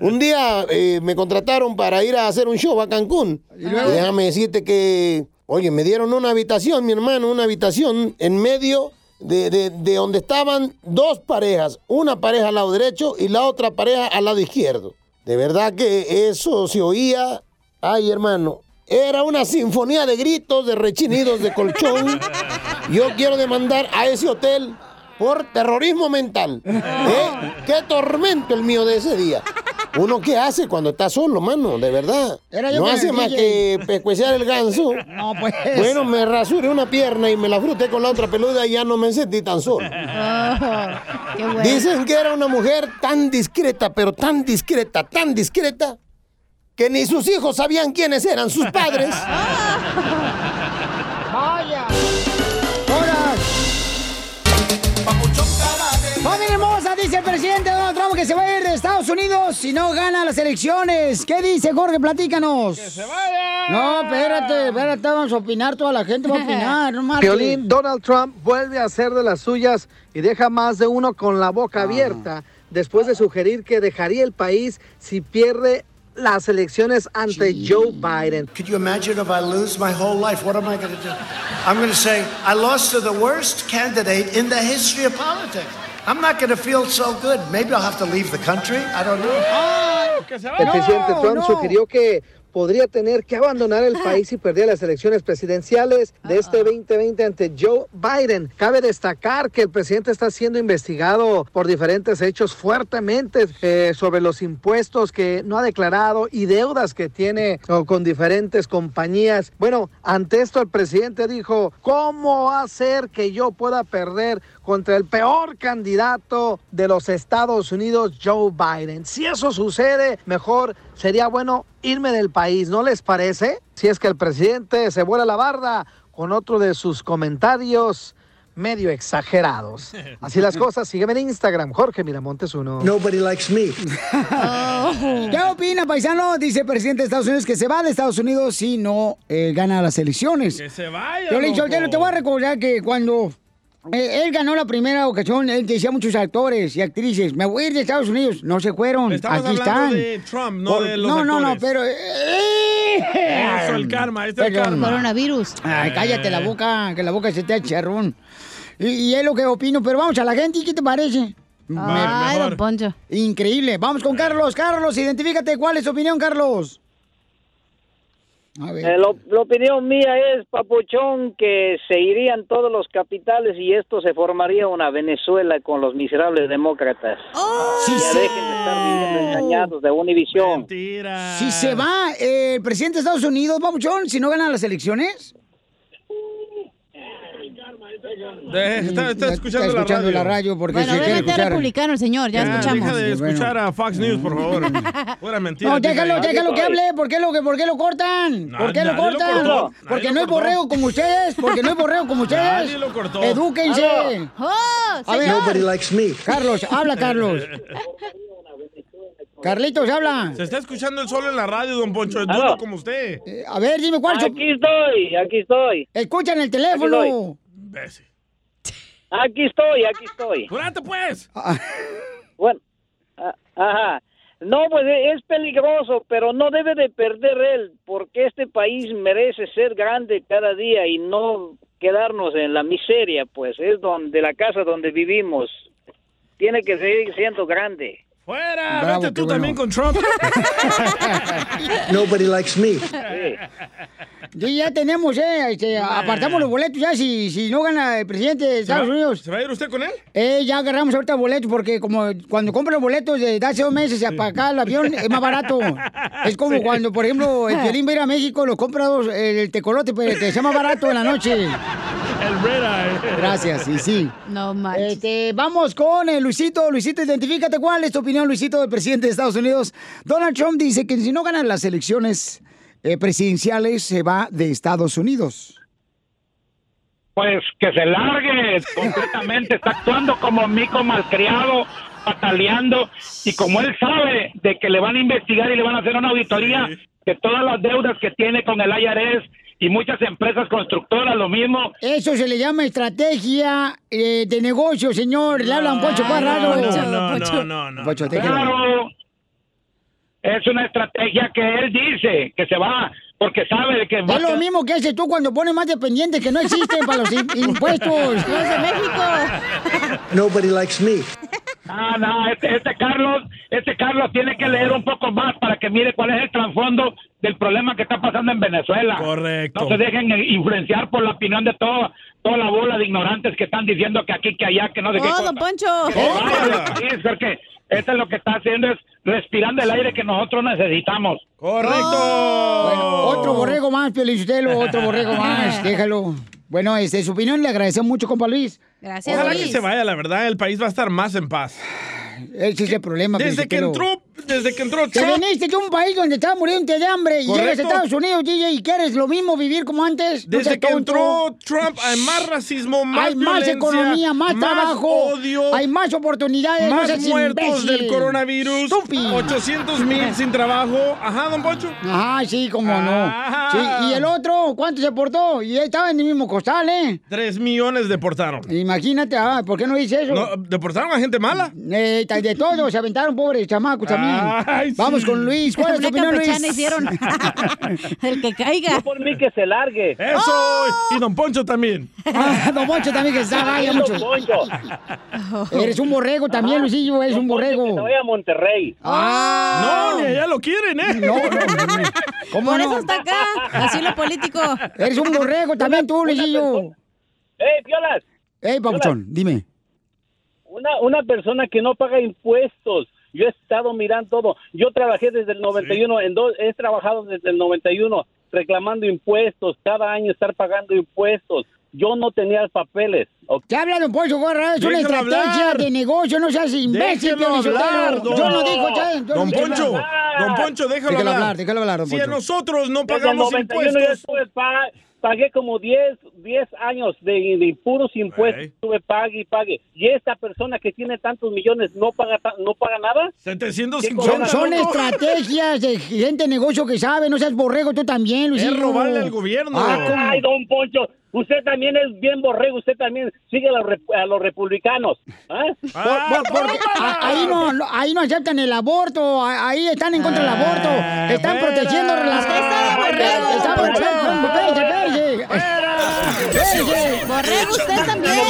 Speaker 16: Un día eh, me contrataron para ir a hacer un show a Cancún. Y déjame decirte que, oye, me dieron una habitación, mi hermano, una habitación en medio de, de- de donde estaban dos parejas. Una pareja al lado derecho y la otra pareja al lado izquierdo. De verdad que eso se oía. Ay, hermano. Era una sinfonía de gritos, de rechinidos, de colchón. Yo quiero demandar a ese hotel por terrorismo mental. ¿Eh? ¡Qué tormento el mío de ese día! Uno qué hace cuando está solo, mano, de verdad.
Speaker 1: Era yo
Speaker 16: no
Speaker 1: con
Speaker 16: hace
Speaker 1: el
Speaker 16: más
Speaker 1: DJ.
Speaker 16: que pescuecear el ganso.
Speaker 1: No, pues.
Speaker 16: Bueno, me rasuré una pierna y me la fruté con la otra peluda y ya no me sentí tan solo.
Speaker 1: Ah,
Speaker 7: bueno.
Speaker 16: Dicen que era una mujer tan discreta, pero tan discreta, tan discreta, que ni sus hijos sabían quiénes eran sus padres.
Speaker 1: ¡Vaya! ¡Horas! ¡Familia hermosa! Dice el presidente Donald Trump que se va a ir de Estados Unidos si no gana las elecciones. ¿Qué dice, Jorge? Platícanos. ¡Que se vaya! No, espérate, espérate, vamos a opinar, toda la gente va a opinar, no marches.
Speaker 4: Piolín, Donald Trump vuelve a hacer de las suyas y deja más de uno con la boca abierta después de sugerir que dejaría el país si pierde las elecciones ante Joe Biden.
Speaker 14: Could you imagine if I lose my whole life? What am I going to do? I'm going to say, I lost to the worst candidate in the history of politics. I'm not going to feel so good. Maybe I'll have to leave the country. I don't know.
Speaker 4: El presidente Trump sugirió que podría tener que abandonar el país si perdía las elecciones presidenciales de este 2020 ante Joe Biden. Cabe destacar que el presidente está siendo investigado por diferentes hechos fuertemente eh, sobre los impuestos que no ha declarado y deudas que tiene o, con diferentes compañías. Bueno, ante esto el presidente dijo, ¿cómo hacer que yo pueda perder contra el peor candidato de los Estados Unidos, Joe Biden? Si eso sucede, mejor sería bueno irme del país, ¿no les parece? Si es que el presidente se vuela la barda con otro de sus comentarios medio exagerados. Así las cosas, sígueme en Instagram, Jorge Miramontes uno.
Speaker 14: Nobody likes me.
Speaker 1: ¿Qué opina, paisano? Dice el presidente de Estados Unidos que se va de Estados Unidos si no eh, gana las elecciones.
Speaker 2: Que se vaya.
Speaker 1: Yo le
Speaker 2: loco.
Speaker 1: te voy a recordar que cuando eh, él ganó la primera ocasión, él decía a muchos actores y actrices, me voy a ir de Estados Unidos. No se fueron, aquí
Speaker 2: Estamos hablando
Speaker 1: están.
Speaker 2: de Trump, no
Speaker 1: Por-
Speaker 2: de los
Speaker 1: No, no, no,
Speaker 2: actores.
Speaker 1: pero...
Speaker 2: Eso, el karma, este es el karma.
Speaker 1: Coronavirus. Ay, cállate la
Speaker 2: Eh.
Speaker 1: boca, que la boca se te echa charrón. Y, y es lo que opino, pero vamos a la gente, ¿y ¿qué te parece?
Speaker 8: Ay, don
Speaker 1: Poncho. Increíble. Vamos
Speaker 2: Eh.
Speaker 1: con Carlos. Carlos, identifícate. ¿Cuál es tu opinión, Carlos? A ver.
Speaker 17: Eh, lo- la opinión mía es, Papuchón, que se irían todos los capitales y esto se formaría una Venezuela con los miserables demócratas.
Speaker 1: Sí,
Speaker 17: ya
Speaker 1: sí.
Speaker 17: dejen de estar viviendo engañados de Univisión.
Speaker 1: Si se va eh, el presidente de Estados Unidos, Babuchón, si no ganan las elecciones.
Speaker 2: Eh, está, está escuchando,
Speaker 1: Mm, está escuchando
Speaker 2: la radio.
Speaker 1: la radio porque
Speaker 8: Bueno,
Speaker 1: se quiere
Speaker 8: obviamente
Speaker 1: escuchar. Ah,
Speaker 8: republicano el señor, ya
Speaker 2: Ya,
Speaker 8: escuchamos.
Speaker 2: Deja de escuchar a Fox News, por favor. Fuera mentira.
Speaker 1: No, déjalo,
Speaker 2: chica.
Speaker 1: déjalo que hable. ¿Por qué lo, que- por qué lo cortan?
Speaker 2: Na-
Speaker 1: ¿Por qué lo
Speaker 2: nadie lo
Speaker 1: cortan?
Speaker 2: cortó, nadie
Speaker 1: porque
Speaker 2: lo
Speaker 1: no es
Speaker 2: cortó.
Speaker 1: borreo como ustedes. Porque no es borreo como ustedes.
Speaker 2: Nadie lo cortó.
Speaker 1: Edúquense.
Speaker 8: ¡Oh,
Speaker 1: A ver, pues.
Speaker 14: Nobody likes me.
Speaker 1: Carlos, habla, Carlos. Carlitos, habla.
Speaker 2: Se está escuchando el sol en la radio, don Poncho. Es
Speaker 1: Aló.
Speaker 2: duro como usted.
Speaker 1: A ver, dime cuál.
Speaker 11: Aquí estoy, aquí estoy.
Speaker 1: Escucha en el teléfono.
Speaker 11: Aquí estoy, aquí estoy.
Speaker 2: ¡Durante, pues!
Speaker 11: Bueno, a- ajá. No, pues e- es peligroso, pero no debe de perder él, porque este país merece ser grande cada día y no quedarnos en la miseria, pues es donde la casa donde vivimos. Tiene que seguir siendo grande.
Speaker 2: ¡Fuera! Vete tú también con Trump.
Speaker 14: Nobody likes me.
Speaker 1: Sí, ya tenemos, eh, este, apartamos los boletos ya si, si no gana el presidente de Estados
Speaker 2: va-
Speaker 1: Unidos.
Speaker 2: ¿Se va a ir usted con él?
Speaker 1: Eh, ya agarramos ahorita boletos porque como cuando compro los boletos de hace dos meses para acá el avión es más barato. Es como
Speaker 8: Sí.
Speaker 1: cuando, por ejemplo, el violín va a ir a México, lo compra dos, eh, el tecolote, pero te sea más barato en la noche.
Speaker 2: El Red Eye.
Speaker 1: Gracias, y sí. No manches. Este, vamos con eh, Luisito. Luisito, identifícate. ¿Cuál es tu opinión, Luisito, del presidente de Estados Unidos? Donald Trump dice que si no ganan las elecciones eh, presidenciales, se va de Estados Unidos.
Speaker 18: Pues que se largue completamente, está actuando como mico malcriado, pataleando, y como él sabe de que le van a investigar y le van a hacer una auditoría de todas las deudas que tiene con el IRS y muchas empresas constructoras, lo mismo,
Speaker 1: Eso se le llama estrategia eh, de negocio, señor. Le hablan Pocho Parrado.
Speaker 18: no, no, no, no.
Speaker 1: Pocho, te quiero.
Speaker 18: Claro, es una estrategia que él dice que se va, porque sabe de que va
Speaker 1: Es
Speaker 18: a
Speaker 1: lo mismo que haces tú cuando pones más dependientes que no existen para los im- impuestos.
Speaker 18: Los de México.
Speaker 14: Nobody likes me.
Speaker 18: No, no, este, este Carlos, este Carlos tiene que leer un poco más para que mire cuál es el trasfondo del problema que está pasando en Venezuela.
Speaker 2: Correcto.
Speaker 18: No se dejen eh, influenciar por la opinión de toda, toda la bola de ignorantes que están diciendo que aquí, que allá, que no sé Ah, qué.
Speaker 7: ¡Oh,
Speaker 18: cosa.
Speaker 7: don Poncho!
Speaker 18: Que se vayan del país, porque esto es lo que está haciendo es respirando el aire que nosotros necesitamos.
Speaker 1: Bueno, otro borrego más, Piolichutelo, otro borrego más. Déjalo. Bueno, este, su opinión le agradecemos mucho, compa Luis.
Speaker 7: Gracias,
Speaker 2: Ojalá que
Speaker 7: Luis.
Speaker 2: se vaya, la verdad. El país va a estar más en paz.
Speaker 1: Ese es el problema.
Speaker 2: Desde que
Speaker 1: Piolichotelo.
Speaker 2: entró, desde que entró
Speaker 1: Te
Speaker 2: Trump,
Speaker 1: viniste de un país donde estás muriendo de hambre y
Speaker 2: Correcto.
Speaker 1: llegas a Estados Unidos, DJ, y quieres lo mismo vivir como antes. No
Speaker 2: Desde
Speaker 1: seas
Speaker 2: que
Speaker 1: tonto.
Speaker 2: entró Trump, hay más racismo, más
Speaker 1: Hay más
Speaker 2: violencia,
Speaker 1: economía, más,
Speaker 2: más
Speaker 1: trabajo,
Speaker 2: odio,
Speaker 1: hay más oportunidades, no
Speaker 2: más
Speaker 1: seas
Speaker 2: muertos
Speaker 1: imbécil.
Speaker 2: del coronavirus,
Speaker 1: Estúpido.
Speaker 2: 800 mil sin trabajo. Ajá, don Poncho.
Speaker 1: Ajá, sí, cómo no. Sí, y el otro, ¿cuánto se portó? Y él estaba en el mismo costal, ¿eh?
Speaker 2: Tres millones deportaron.
Speaker 1: Imagínate, ah, ¿por qué no dice eso?
Speaker 2: No, ¿Deportaron a gente mala?
Speaker 1: Eh, ta- de todo, se aventaron pobres chamacos también.
Speaker 2: Ay, sí.
Speaker 1: Vamos con Luis. ¿Cuál es tu
Speaker 7: Una
Speaker 1: opinión, Luis?
Speaker 7: campechana hicieron.
Speaker 1: El que caiga. Oh.
Speaker 11: Yo por mí que se largue.
Speaker 2: Eso. Y don Poncho también.
Speaker 1: Ah, don Poncho también que se vaya mucho. Eres un borrego también,
Speaker 7: Ah.
Speaker 1: Luisillo, eres un borrego. Que
Speaker 11: a Monterrey.
Speaker 1: Ah.
Speaker 2: No, ni allá lo quieren, ¿eh?
Speaker 1: No, no, no. ¿Cómo
Speaker 7: Por
Speaker 1: no?
Speaker 7: eso está acá, asilo político.
Speaker 1: Eres un borrego también tú, Luisillo.
Speaker 11: ¡Ey, piolas!
Speaker 1: Ey, Pabuchón, dime.
Speaker 11: Una, una persona que no paga impuestos. Yo he estado mirando todo. Yo trabajé desde el 91, en dos, he trabajado desde el 91 reclamando impuestos, cada año estar pagando impuestos. Yo no tenía papeles. ¿ok?
Speaker 1: Te habla don Poncho Guerra, es una
Speaker 11: Déjalo
Speaker 1: estrategia
Speaker 11: hablar.
Speaker 1: de negocio, no seas
Speaker 2: Déjelo
Speaker 1: imbécil, Pio Lizotero.
Speaker 2: hablar, don-
Speaker 1: Yo no digo, ya, yo
Speaker 2: Don
Speaker 1: no digo
Speaker 2: Poncho,
Speaker 1: nada.
Speaker 2: don Poncho, déjalo,
Speaker 1: Déjalo
Speaker 2: hablar.
Speaker 1: hablar, déjalo hablar, don
Speaker 2: si a
Speaker 1: Poncho.
Speaker 2: nosotros no
Speaker 11: Desde el
Speaker 2: pagamos
Speaker 11: 91 yo
Speaker 2: impuestos,
Speaker 11: estuve pa- pagué como 10, 10 años de, de puros impuestos. Estuve pague y pague. Y esta persona que tiene tantos millones no paga ta- no paga nada.
Speaker 2: 750.
Speaker 1: Son, son estrategias de gente de negocio que sabe, no seas borrego tú también, Luisillo. Ah, ¿cómo?
Speaker 11: Ay, don Poncho, usted también es bien borrego, usted también sigue a los, rep- a los republicanos. ¿ah?
Speaker 1: Por- por- porque a- ahí, no, no- ahí no aceptan el aborto, a- ahí están en contra del aborto, están protegiendo Ah, las Están protegiendo- Cállese, cállese. Cállese.
Speaker 7: Borrego usted también.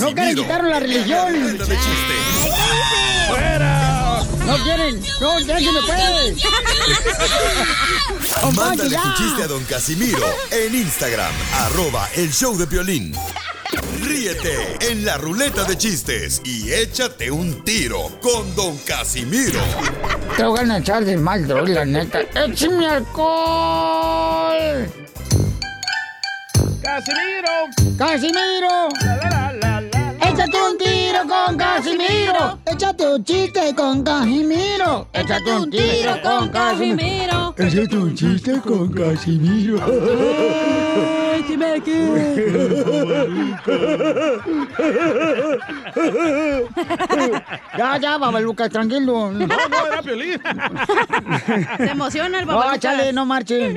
Speaker 1: No quieren quitaron la religión. No quieren, no, déjenme pues.
Speaker 3: Mándale tu chiste a don Casimiro en Instagram, arroba el show de Piolín. Ríete en la ruleta de chistes y échate un tiro con don Casimiro.
Speaker 1: Te voy a echar de mal, doy, la neta. ¡Échame alcohol!
Speaker 2: ¡Casimiro!
Speaker 1: ¡Casimiro! ¡Échate un tiro con Casimiro! ¡Échate un chiste con Casimiro! ¡Échate un tiro con Casimiro!
Speaker 8: Ese es un chiste con Casimiro.
Speaker 7: Make it, make it.
Speaker 1: Ya, ya, babalucas, tranquilo. No,
Speaker 2: no, era Piolín.
Speaker 8: Se emociona el
Speaker 1: No,
Speaker 8: babalucas.
Speaker 1: chale, no marchen.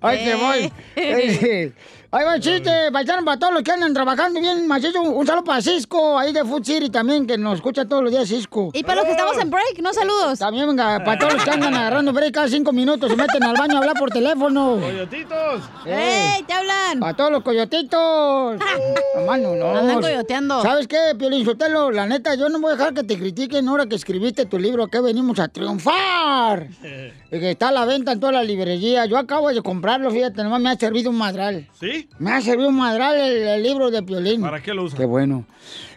Speaker 1: Ahí te voy. Eh, Ahí va el chiste, paisano, para todos los que andan trabajando bien, macizo. Un saludo para Cisco, ahí de Food City también, que nos escucha todos los días Cisco.
Speaker 8: Y para los que estamos en break, no saludos.
Speaker 1: También, venga, para todos los que andan agarrando break cada cinco minutos, se meten al baño a hablar por teléfono.
Speaker 2: ¡Coyotitos!
Speaker 8: ¡Ey, te hablan!
Speaker 1: Para todos los coyotitos. Hermano, no.
Speaker 8: Andan coyoteando.
Speaker 1: ¿Sabes qué, Piolín Sotelo? La neta, yo no voy a dejar que te critiquen ahora que escribiste tu libro, que venimos a triunfar. Y que está a la venta en toda la librería. Yo acabo de comprarlo, fíjate, nomás me ha servido un madral.
Speaker 2: ¿Sí?
Speaker 1: Me ha servido un madral el, el libro de Piolín.
Speaker 2: ¿Para qué lo usan?
Speaker 1: Qué bueno.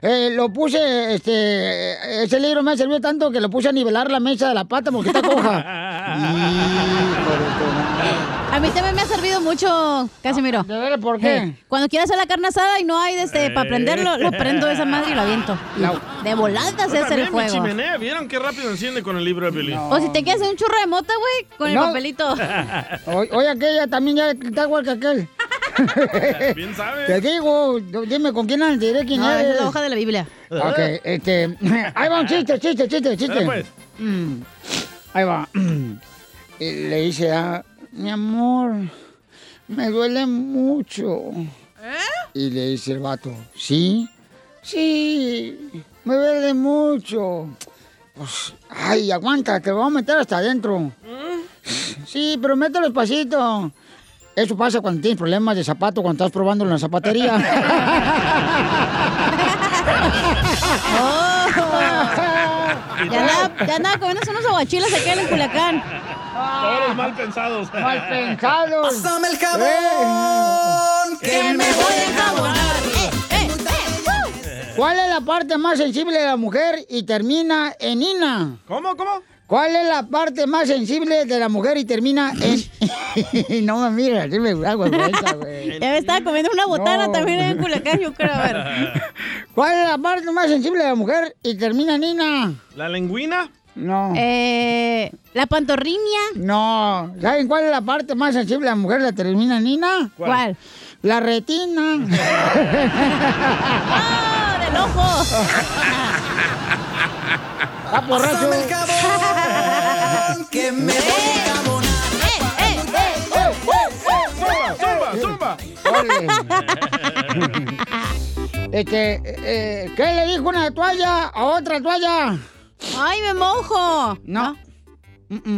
Speaker 1: Eh, lo puse, este, ese libro me ha servido tanto que lo puse a nivelar la mesa de la pata porque está coja.
Speaker 8: A mí también me ha servido mucho, Casimiro.
Speaker 1: ¿De ver por
Speaker 8: qué? cuando quiero hacer la carne asada y no hay desde
Speaker 18: Eh.
Speaker 8: para prenderlo, lo prendo esa madre y lo aviento. Y De volada se
Speaker 2: Yo
Speaker 8: hace el
Speaker 2: también, mi
Speaker 8: fuego.
Speaker 2: chimenea, ¿vieron qué rápido enciende con el libro de Piolín?
Speaker 8: O si te quieres hacer un churro de mota, güey, con
Speaker 1: No.
Speaker 8: el papelito.
Speaker 1: O- Oye, aquella también ya está igual que aquel.
Speaker 2: Bien sabe.
Speaker 1: Te digo, d- dime con quién andas, te diré quién
Speaker 8: No, esa
Speaker 1: eres.
Speaker 8: es la hoja de la Biblia.
Speaker 1: Ok, este. Ahí va un chiste, chiste, chiste, chiste.
Speaker 7: Dale, pues.
Speaker 1: Mm, Ahí va. Y le dice a. Mi amor, me duele mucho. Y le dice el vato, ¿sí? Sí, me duele mucho. Pues, ay, aguanta, te voy a meter hasta adentro.
Speaker 7: ¿Mm?
Speaker 1: Sí, pero mételo despacito. Eso pasa cuando tienes problemas de zapato, cuando estás probando en la zapatería.
Speaker 8: Oh. Ya, la, ya andaba comiéndose unos aguachiles aquel en Culiacán.
Speaker 2: Todos los mal pensados.
Speaker 1: Mal pensados.
Speaker 7: Pásame el
Speaker 1: Eh,
Speaker 7: jabón, que me voy a enjabonar. Eh,
Speaker 1: ¿Cuál es la parte más sensible de la mujer y termina en ina?
Speaker 2: ¿Cómo, cómo?
Speaker 1: ¿Cuál es la parte más sensible de la mujer y termina en... no me mira, sí me da vergüenza, güey.
Speaker 8: Ya me estaba comiendo una botana también en Culiacán, yo creo, a ver.
Speaker 1: ¿Cuál es la parte más sensible de la mujer y termina en ina?
Speaker 2: ¿La lengüina?
Speaker 1: No.
Speaker 8: Eh, ¿La pantorriña?
Speaker 1: No. ¿Saben cuál es la parte más sensible de la mujer la termina en ina?
Speaker 2: ¿Cuál? ¿Cuál?
Speaker 1: La retina.
Speaker 8: ¡Del ojo!
Speaker 1: ¡Ah, borracho!
Speaker 7: Pásame el jabón, que me voy a enjabonar.
Speaker 2: ¡Zumba, zumba!
Speaker 1: Este, eh, ¿qué le dijo una toalla a otra toalla?
Speaker 8: ¡Ay, me mojo!
Speaker 1: No.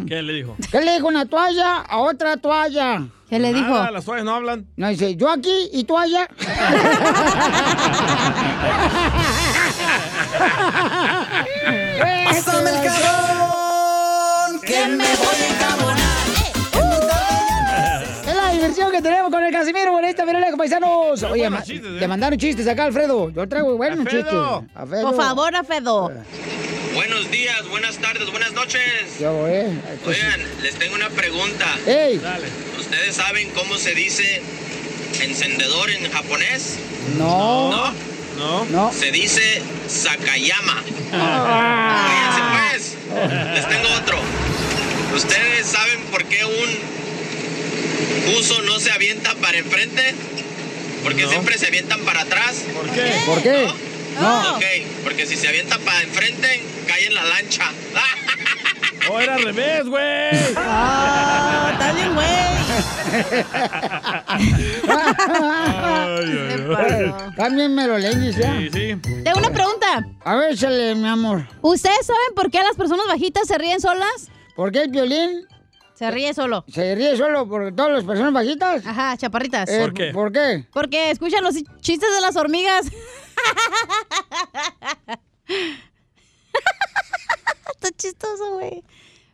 Speaker 2: ¿Qué le dijo?
Speaker 1: ¿Qué le dijo una toalla a otra toalla?
Speaker 8: ¿Qué le
Speaker 2: Nada, las toallas no hablan.
Speaker 1: No, dice, yo aquí y tú allá.
Speaker 7: Pásame el jabón, que me voy a enjabonar.
Speaker 1: Es la diversión que tenemos con el Casimiro, por esta con paisanos. Oye, ma- te mandaron chistes acá, Alfredo. Yo traigo buenos chistes. Alfredo. Eh,
Speaker 8: Por favor, Afedo.
Speaker 19: Buenos días, buenas tardes, buenas noches.
Speaker 1: Yo, eh.
Speaker 19: Oigan, les tengo una pregunta.
Speaker 1: Ey.
Speaker 19: ¿Ustedes saben cómo se dice encendedor en japonés?
Speaker 1: No.
Speaker 19: ¿No?
Speaker 2: No.
Speaker 19: Se dice Sakayama.
Speaker 1: Ah.
Speaker 19: Váyanse, pues. Les tengo otro. ¿Ustedes saben por qué un buzo no se avienta para enfrente? Porque siempre se avientan para atrás. ¿Por qué?
Speaker 1: ¿Por qué? No.
Speaker 19: Ok, porque si se avienta para enfrente, cae en la lancha.
Speaker 2: ¡Oh, era al revés, güey!
Speaker 8: ¡Ah! ¡Está bien,
Speaker 1: güey! También me lo leñes ya.
Speaker 2: Sí, sí.
Speaker 8: Tengo una pregunta.
Speaker 1: A ver, échale, mi amor.
Speaker 8: ¿Ustedes saben por qué las personas bajitas se ríen solas?
Speaker 1: ¿Por qué el violín?
Speaker 8: Se ríe solo.
Speaker 1: ¿Se ríe solo por todas las personas bajitas?
Speaker 8: Ajá, chaparritas.
Speaker 1: Eh, ¿Por qué? ¿por qué?
Speaker 8: Porque escuchan los chistes de las hormigas. Está chistoso, güey.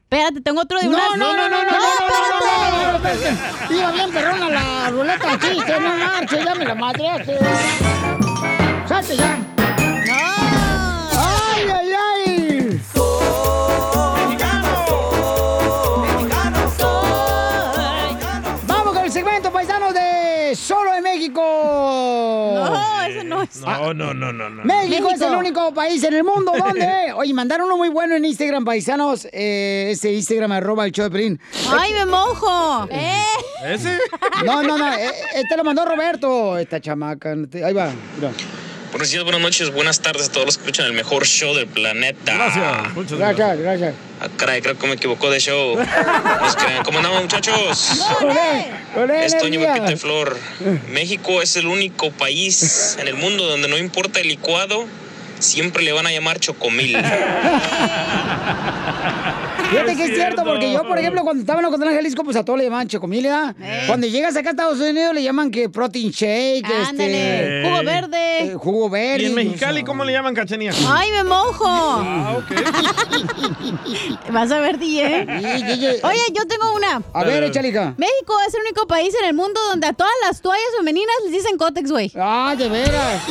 Speaker 8: Espérate, tengo otro de
Speaker 1: No,
Speaker 8: una...
Speaker 1: no, no, no, no, no, no, no, no, no, espérate. Iba bien perrona la ruleta de chistes, no marches, ya me la madreaste. ¡Salte ya! ¡Ay, ay, ay! ¡Vamos con el segmento paisano de Solo en México!
Speaker 8: No, ese no es.
Speaker 2: No, no, no, no, no.
Speaker 1: México, es el único país en el mundo donde. Oye, mandaron uno muy bueno en Instagram, paisanos. eh, ese Instagram arroba el show de Pelín.
Speaker 8: ¡Ay, me mojo! ¡Eh!
Speaker 2: ¿Ese?
Speaker 1: No, no, no. eh, Este lo mandó Roberto, esta chamaca. Ahí va. Mira.
Speaker 20: Buenos días, buenas noches, buenas tardes a todos los que escuchan el mejor show del planeta.
Speaker 2: Gracias, muchas
Speaker 1: Gracias, gracias.
Speaker 20: Ah, caray, creo que me equivocó de show. Nos crean. ¿Cómo andamos, muchachos? Es Toño
Speaker 1: energía.
Speaker 20: Pepito de Flor. México es el único país en el mundo donde no importa el licuado, siempre le van a llamar chocomil.
Speaker 1: Fíjate que es cierto, porque yo, por ejemplo, cuando estaba en Ocotlán, Jalisco, pues a todo le llamaban chocomilidad.
Speaker 8: Eh.
Speaker 1: Cuando llegas acá a Estados Unidos, le llaman que protein shake,
Speaker 8: Ándale,
Speaker 1: este...
Speaker 8: jugo verde.
Speaker 1: eh, jugo verde.
Speaker 2: ¿Y en
Speaker 1: no sé.
Speaker 2: Mexicali cómo le llaman cachanía? Ah,
Speaker 8: ¡Ay, me mojo! Vas a ver, DJ.
Speaker 2: Sí, DJ.
Speaker 8: Oye, yo tengo una.
Speaker 1: A ver, échale, hija.
Speaker 8: México es el único país en el mundo donde a todas las toallas femeninas les dicen cótex, güey.
Speaker 1: ¡Ah, de veras!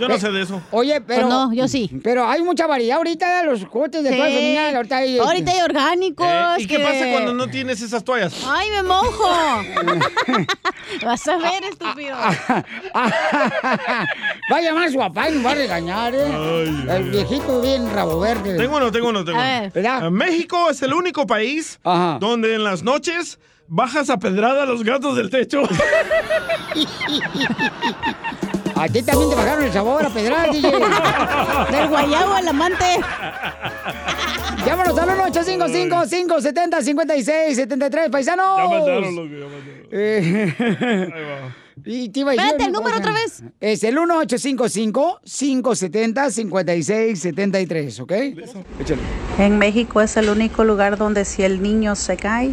Speaker 2: Yo
Speaker 8: Eh,
Speaker 2: no sé de eso.
Speaker 1: Oye, pero.
Speaker 8: Pues no, yo sí.
Speaker 1: Pero hay mucha variedad ahorita de los cotes de
Speaker 8: Sí.
Speaker 1: todas femeninas. Ahorita hay. este-
Speaker 8: Ahorita hay orgánicos.
Speaker 2: Eh, ¿Y qué
Speaker 8: que-
Speaker 2: pasa cuando no tienes esas toallas?
Speaker 8: ¡Ay, me mojo! Vas a
Speaker 1: Ah,
Speaker 8: ver, estúpido.
Speaker 1: Va a llamar a su papá y nos va a regañar, ¿eh? El viejito bien rabo verde.
Speaker 2: Tengo uno, tengo uno, tengo
Speaker 1: A
Speaker 2: uno.
Speaker 1: ver. ¿Verdad?
Speaker 2: Eh, México es el único país donde en las noches bajas a pedrada a los gatos del techo.
Speaker 1: A ti también te bajaron el sabor a pedrar, DJ.
Speaker 8: Del guayabo al amante.
Speaker 1: Llámanos al 1-855-570-5673, paisanos.
Speaker 7: Ya mandaron, loco,
Speaker 1: Eh, y te iba a decir
Speaker 8: Espérate, el
Speaker 1: una
Speaker 8: número
Speaker 1: cosa.
Speaker 8: otra vez.
Speaker 1: Es el 1-855-570-5673, ¿ok? Échale.
Speaker 21: En México es Pues el único lugar donde si el niño se cae,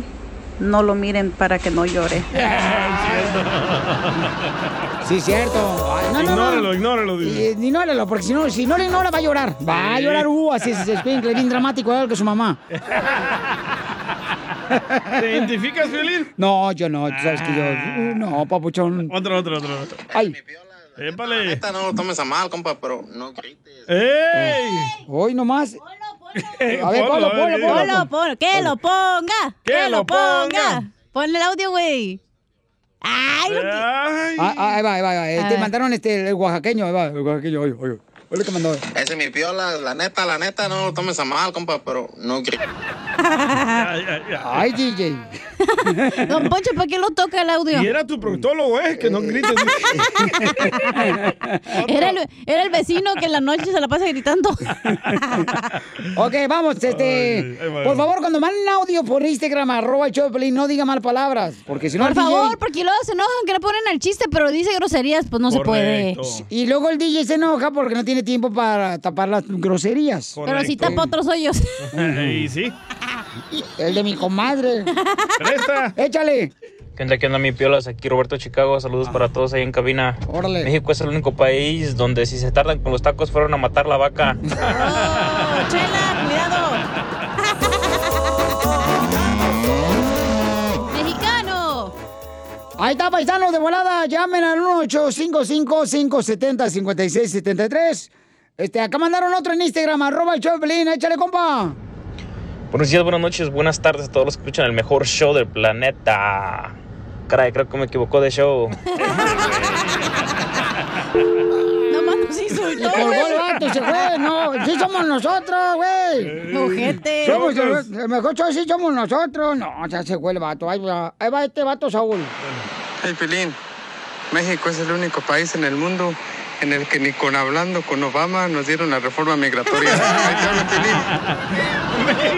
Speaker 21: no lo miren para que no llore.
Speaker 1: Eh. Sí, cierto. Ay, no, no, no.
Speaker 2: ignóralo, ignóralo. dile.
Speaker 1: Eh, ignóralo, porque si no, si no le ignora, va a llorar. Va a
Speaker 2: Sí.
Speaker 1: llorar, uh, así es, es bien, bien dramático, igual que su mamá.
Speaker 2: ¿Te identificas, Violín?
Speaker 1: No, yo no, tú sabes que yo. uh, no, papuchón.
Speaker 2: Otro, otro, otro. otro.
Speaker 1: Ay.
Speaker 2: Épale.
Speaker 22: Esta no lo tomes a mal, compa, pero no grites.
Speaker 2: ¡Ey!
Speaker 1: Hoy nomás.
Speaker 8: A ver, ponlo, ponlo, ponlo. ponlo. Que lo ponga. Que lo ponga. Ponle el audio, güey. Ay, lo que...
Speaker 1: Ah, ah, ahí va, ahí va, ahí va. Eh,
Speaker 22: A
Speaker 1: Te
Speaker 22: ver.
Speaker 1: mandaron este, el oaxaqueño, ahí va, el oaxaqueño, oye, oye. Oye, que mandó.
Speaker 22: Ese es mi piola, la neta, la neta, no lo tomes a mal, compa, pero no grites.
Speaker 1: Ay, DJ.
Speaker 8: Ah, Don Poncho, ¿para qué lo toca el audio?
Speaker 2: Y era tu proctólogo, ¿eh? Que no grites.
Speaker 8: Era el, era el vecino que en la noche se la pasa gritando.
Speaker 1: Ok, vamos, este.
Speaker 8: Ay, ahí va,
Speaker 1: por
Speaker 8: ahí va.
Speaker 1: favor, cuando manden audio por Instagram, arroba el show de Pelín, no diga mal palabras. Porque si no,
Speaker 8: Por
Speaker 1: el DJ
Speaker 8: favor, porque luego se enojan que no ponen al chiste, pero dice groserías, pues no se puede.
Speaker 1: Y luego el DJ se enoja porque no tiene tiempo para tapar las groserías.
Speaker 8: Pero si tapa otros hoyos.
Speaker 2: y sí.
Speaker 1: El de mi comadre. Échale.
Speaker 23: ¿Qué onda, qué onda, mi piolas? Aquí Roberto Chicago. Saludos para todos ahí en cabina. México es el único país donde si se tardan con los tacos fueron a matar la vaca.
Speaker 8: Chela, cuidado. Mexicano.
Speaker 1: Ahí está, paisanos de volada. Llamen al 1855-570-5673. Este, acá mandaron otro en Instagram, arroba el show de Pelín. Échale, compa.
Speaker 20: Buenos días, buenas noches, buenas tardes a todos los que escuchan el mejor show del planeta. Caray, creo que me equivocó de show.
Speaker 8: Nomás nos insultó.
Speaker 1: Y colgó el vato, se fue. No, sí somos nosotros, güey.
Speaker 8: Eh, Ojete.
Speaker 1: Somos
Speaker 8: locos.
Speaker 1: el, el mejor show, sí somos nosotros. No, ya se fue el vato. Ahí va, ahí va este vato, Saúl.
Speaker 24: Hey, Pilín, México es el único país en el mundo en el que ni con hablando con Obama nos dieron la reforma migratoria. Ahí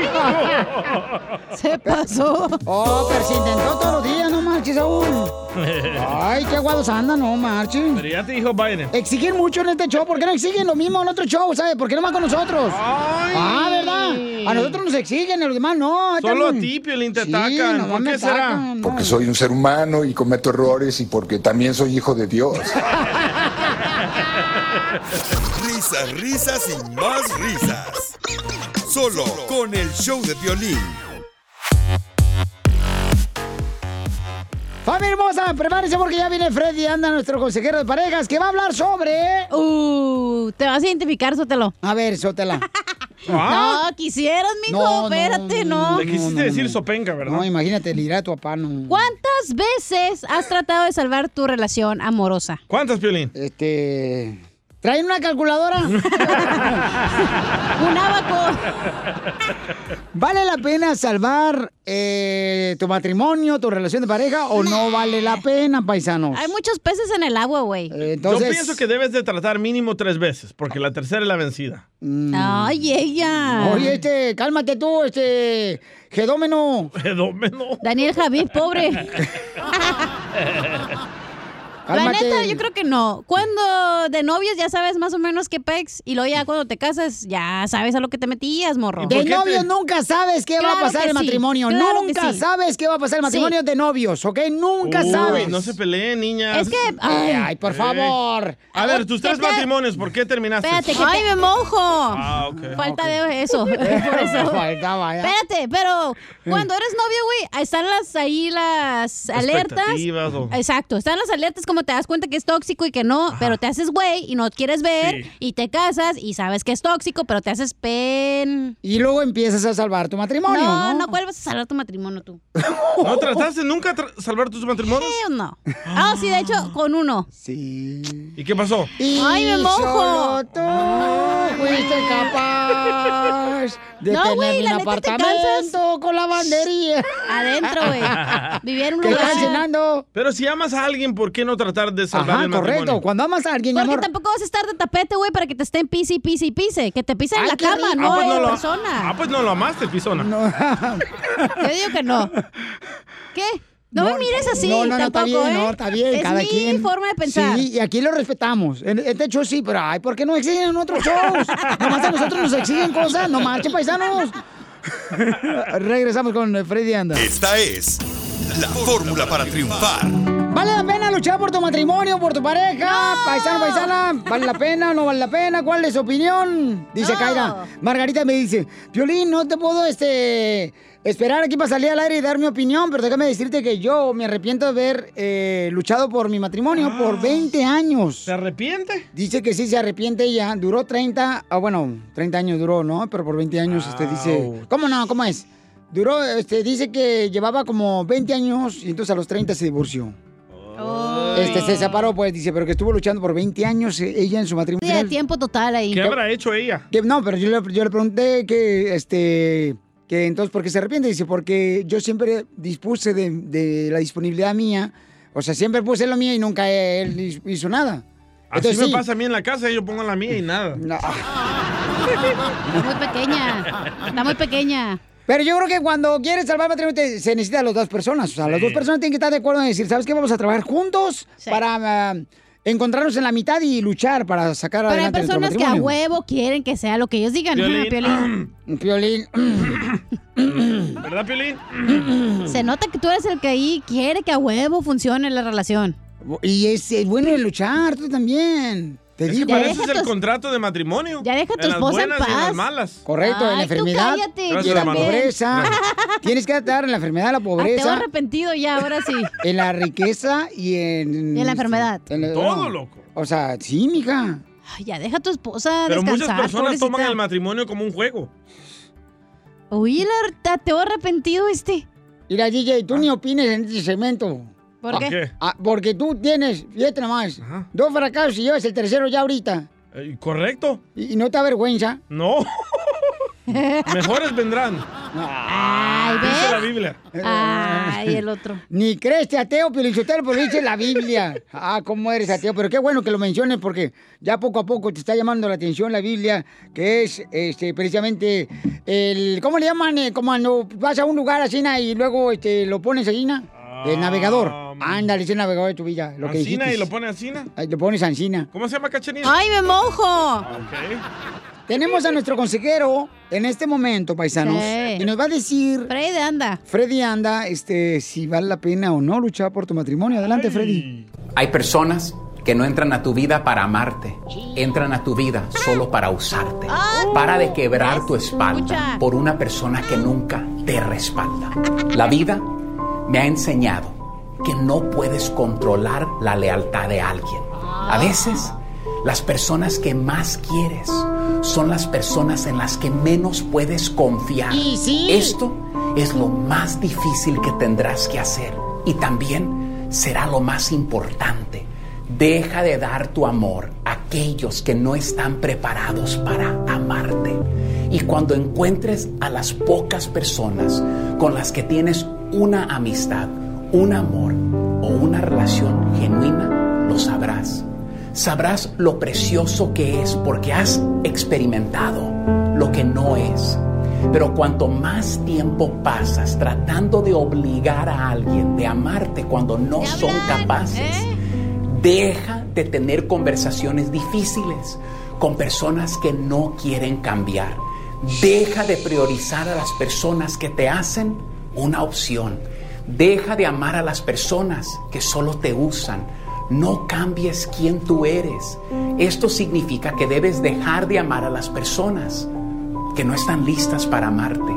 Speaker 24: te hablo,
Speaker 8: Se pasó.
Speaker 1: Oh, pero se intentó todos los días, no marches, Saúl. Ay, qué guados andan, no marches.
Speaker 2: Pero ya te dijo Biden.
Speaker 1: Exigen mucho en este show. ¿Por qué no exigen lo mismo en otro show, sabes? ¿Por qué no más con nosotros? Ah, ¿verdad? A nosotros nos exigen, a los demás no. Ahí
Speaker 2: Solo a
Speaker 1: están-
Speaker 2: ti, Piolín, te
Speaker 1: Sí,
Speaker 2: atacan.
Speaker 1: nomás
Speaker 2: ¿Por
Speaker 1: me
Speaker 2: qué será?
Speaker 1: atacan, Ah, no.
Speaker 12: Porque soy un ser humano y cometo errores y porque también soy hijo de Dios.
Speaker 3: Risas, risas y más risas. Solo con el show de violín.
Speaker 1: Familia hermosa, prepárense porque ya viene Freddy, anda nuestro consejero de parejas, que va a hablar sobre...
Speaker 8: Uh, te vas a identificar, Sotelo.
Speaker 1: A ver, Sotela. Ah.
Speaker 8: No, quisieras, mijo, espérate, no.
Speaker 2: Le Ah, quisiste decir sopenca, ¿verdad?
Speaker 1: No, imagínate, le dirá a tu papá, no.
Speaker 8: ¿Cuántas ¿Cuántas veces has tratado de salvar tu relación amorosa?
Speaker 2: ¿Cuántas, Piolín?
Speaker 1: Este. ¿Traen una calculadora? ¡Un abaco! ¿Vale la pena salvar eh, tu matrimonio, tu relación de pareja o no vale la pena, paisanos?
Speaker 8: Hay muchos peces en el agua, güey.
Speaker 1: Eh,
Speaker 2: Yo pienso que debes de tratar mínimo tres veces, porque la tercera es la vencida.
Speaker 8: Ay, ella.
Speaker 1: Mm. Oye, este, cálmate tú, este. Gedómeno.
Speaker 2: Gedómeno.
Speaker 8: Daniel Javid, pobre. La
Speaker 1: Cálmate.
Speaker 8: neta, yo creo que no. Cuando de novios ya sabes más o menos qué pex y luego ya cuando te casas ya sabes a lo que te metías, morro.
Speaker 1: De novios nunca sabes qué va a
Speaker 8: Claro
Speaker 1: pasar
Speaker 8: que
Speaker 1: el
Speaker 8: sí,
Speaker 1: matrimonio.
Speaker 8: claro que
Speaker 1: nunca
Speaker 8: sí.
Speaker 1: sabes qué va a pasar el matrimonio
Speaker 8: Sí.
Speaker 1: de novios, ¿ok? Nunca
Speaker 2: Uy,
Speaker 1: sabes.
Speaker 2: No se peleen, niñas.
Speaker 1: Es que- ay. Ay, por favor.
Speaker 2: A ver, tus tres matrimonios, ¿por qué terminaste?
Speaker 8: Espérate, que ¡Ay, me mojo!
Speaker 2: Ah, ok.
Speaker 8: Falta de eso. Por eso.
Speaker 1: Faltaba, ya.
Speaker 8: Espérate, pero cuando eres novio, güey, ahí están las, ahí las alertas.
Speaker 2: Expectativas o-
Speaker 8: Exacto, están las alertas como te das cuenta que es tóxico y que no, pero te haces güey y no quieres ver
Speaker 1: Sí.
Speaker 8: y te casas y sabes que es tóxico, pero te haces pen.
Speaker 1: Y luego empiezas a salvar tu matrimonio. No,
Speaker 8: no, vuelvas a salvar tu matrimonio tú.
Speaker 2: ¿No trataste nunca tra- salvar tus matrimonios?
Speaker 8: Sí o no. Ah, sí, de hecho, con uno.
Speaker 1: Sí.
Speaker 2: ¿Y qué pasó?
Speaker 8: ¡Ay, me mojo!
Speaker 1: solo tú fuiste capaz de
Speaker 8: No,
Speaker 1: tener
Speaker 8: güey,
Speaker 1: un
Speaker 8: la neta te
Speaker 1: apartamento
Speaker 8: cansas.
Speaker 1: con lavandería.
Speaker 8: Adentro, güey. Vivía en un
Speaker 1: Que
Speaker 8: lugar.
Speaker 1: están cenando.
Speaker 2: Pero si amas a alguien, ¿por qué no tratar de salvar
Speaker 1: Ajá,
Speaker 2: el matrimonio?
Speaker 1: correcto. Cuando amas a alguien, mi
Speaker 8: Porque
Speaker 1: amor.
Speaker 8: tampoco vas a estar de tapete, güey, para que te estén pise y pise y pise. Que te pise en
Speaker 2: Ay,
Speaker 8: la
Speaker 2: qué
Speaker 8: cama,
Speaker 2: rico.
Speaker 8: no,
Speaker 2: Ah, pues
Speaker 8: en
Speaker 2: no lo-
Speaker 8: persona.
Speaker 2: Ah, pues no lo amaste, pisona.
Speaker 8: Yo digo que no. ¿Qué? No, me mires así
Speaker 1: No, no, no, está
Speaker 8: tampoco,
Speaker 1: bien,
Speaker 8: ¿eh?
Speaker 1: no, está bien.
Speaker 8: Es
Speaker 1: cada
Speaker 8: mi
Speaker 1: quien.
Speaker 8: forma de pensar.
Speaker 1: Sí, y aquí lo respetamos. En este show sí, pero ay, ¿por qué no exigen en otros shows? Nomás a nosotros nos exigen cosas, no marchen paisanos. Regresamos con Freddy Anda.
Speaker 3: Esta es la fórmula para triunfar.
Speaker 1: ¿Vale la pena luchar por tu matrimonio, por tu pareja? Paisano, paisana, ¿vale la pena no vale la pena? ¿Cuál es su opinión? Dice Kaira. Margarita me dice, Piolín, no te puedo este, esperar aquí para salir al aire y dar mi opinión, pero déjame decirte que yo me arrepiento de haber eh, luchado por mi matrimonio por 20 años.
Speaker 2: Ah. ¿Se arrepiente?
Speaker 1: Dice que sí, se arrepiente ella. Duró 30, ah, bueno, 30 años duró, ¿no? Pero por 20 años, este, dice... ¿Cómo no? ¿Cómo es? Duró, este, dice que llevaba como 20 años y entonces a los 30 se divorció. Este se separó, pues, dice, pero que estuvo luchando por 20 años eh, ella en su matrimonio.
Speaker 8: de tiempo total ahí.
Speaker 2: ¿Qué habrá hecho ella?
Speaker 1: Que- no, pero yo le, yo le pregunté que, este, que entonces, ¿por qué se arrepiente? Dice, porque yo siempre dispuse de, de la disponibilidad mía. O sea, siempre puse lo mío y nunca él his- hizo nada.
Speaker 2: Así
Speaker 1: Entonces,
Speaker 2: me
Speaker 1: sí.
Speaker 2: pasa a mí en la casa, yo pongo la mía y nada.
Speaker 8: Está muy pequeña. Está muy pequeña.
Speaker 1: Pero yo creo que cuando quieres salvar matrimonio te- se necesitan las dos personas. O sea, las
Speaker 8: Sí.
Speaker 1: dos personas tienen que estar de acuerdo en decir, ¿sabes qué? Vamos a trabajar juntos para ah, encontrarnos en la mitad y luchar para sacar
Speaker 8: Pero hay
Speaker 1: adelante nuestro
Speaker 8: personas que a
Speaker 1: matrimonio.
Speaker 8: huevo quieren que sea lo que ellos digan.
Speaker 1: Piolín.
Speaker 8: Ah,
Speaker 1: Piolín.
Speaker 8: Piolín.
Speaker 2: ¿Verdad, Piolín?
Speaker 8: Se nota que tú eres el que ahí quiere que a huevo funcione la relación.
Speaker 1: Y es, bueno luchar, tú también.
Speaker 8: Ah,
Speaker 1: Te
Speaker 2: Es que pareces el contrato de matrimonio.
Speaker 8: ya deja a tu
Speaker 2: En las
Speaker 8: esposa en
Speaker 2: buenas y en
Speaker 8: paz.
Speaker 2: las malas.
Speaker 1: Correcto, en la enfermedad y en la pobreza. Tienes que estar en la enfermedad, la
Speaker 8: Ah, te veo
Speaker 1: pobreza,
Speaker 8: arrepentido ya, ahora sí.
Speaker 1: en la riqueza y Mm, en...
Speaker 8: Y en la enfermedad.
Speaker 2: Todo, loco.
Speaker 1: O sea, sí, mija.
Speaker 8: Ay, ya deja a tu esposa
Speaker 2: Pero muchas
Speaker 8: descansar,
Speaker 2: personas toman
Speaker 8: pobrecita.
Speaker 2: el matrimonio como un juego.
Speaker 8: Uy, la harta, te veo arrepentido este.
Speaker 1: Mira, DJ,
Speaker 2: Ah.
Speaker 1: tú ni opines en este segmento.
Speaker 8: ¿Por ¿Por qué? qué?
Speaker 1: Ah, porque tú tienes, fíjate nomás, dos fracasos y llevas el tercero ya ahorita.
Speaker 2: Eh, ¿Correcto?
Speaker 1: ¿Y y no te avergüenza?
Speaker 2: No. Mejores vendrán.
Speaker 1: Ay,
Speaker 2: Dice la Biblia.
Speaker 8: Ay, el otro.
Speaker 1: Ni crees que ateo, Pelichotero, porque dice la Biblia. Ah, cómo eres ateo. Pero qué bueno que lo menciones porque ya poco a poco te está llamando la atención la Biblia, que es este, precisamente el... ¿Cómo le llaman? eh, como cuando vas a un lugar así na, y luego este, lo pones ahí, na? El navegador. Ándale, es el navegador de tu vida. Lo que
Speaker 2: Ancina
Speaker 1: dijiste.
Speaker 2: Ah, y lo pone Ancina.
Speaker 1: Ay, Lo pones Ancina.
Speaker 2: ¿Cómo se llama Cachanilla?
Speaker 1: ¡Ay, me mojo!
Speaker 2: Ok.
Speaker 1: Tenemos a nuestro consejero en este momento, paisanos,
Speaker 8: Sí.
Speaker 1: y nos va a decir...
Speaker 8: Freddy anda.
Speaker 1: Freddy anda, este, si vale la pena o no luchar por tu matrimonio. Adelante, Freddy.
Speaker 25: Hay personas que no entran a tu vida para amarte, entran a tu vida solo para usarte. Para de quebrar tu espalda por una persona que nunca te respalda. La vida me ha enseñado que no puedes controlar la lealtad de alguien.
Speaker 1: Ah.
Speaker 25: A veces, las personas que más quieres son las personas en las que menos puedes confiar.
Speaker 1: Y sí.
Speaker 25: Esto es lo más difícil que tendrás que hacer. Y también será lo más importante. Deja de dar tu amor a aquellos que no están preparados para amarte. Y cuando encuentres a las pocas personas con las que tienes una amistad, un amor o una relación genuina, lo sabrás. Sabrás lo precioso que es porque has experimentado lo que no es. Pero cuanto más tiempo pasas tratando de obligar a alguien de amarte cuando no son capaces, deja de tener conversaciones difíciles con personas que no quieren cambiar. Deja de priorizar a las personas que te hacen una opción. Deja de amar a las personas que solo te usan. No cambies quién tú eres. Esto significa que debes dejar de amar a las personas que no están listas para amarte,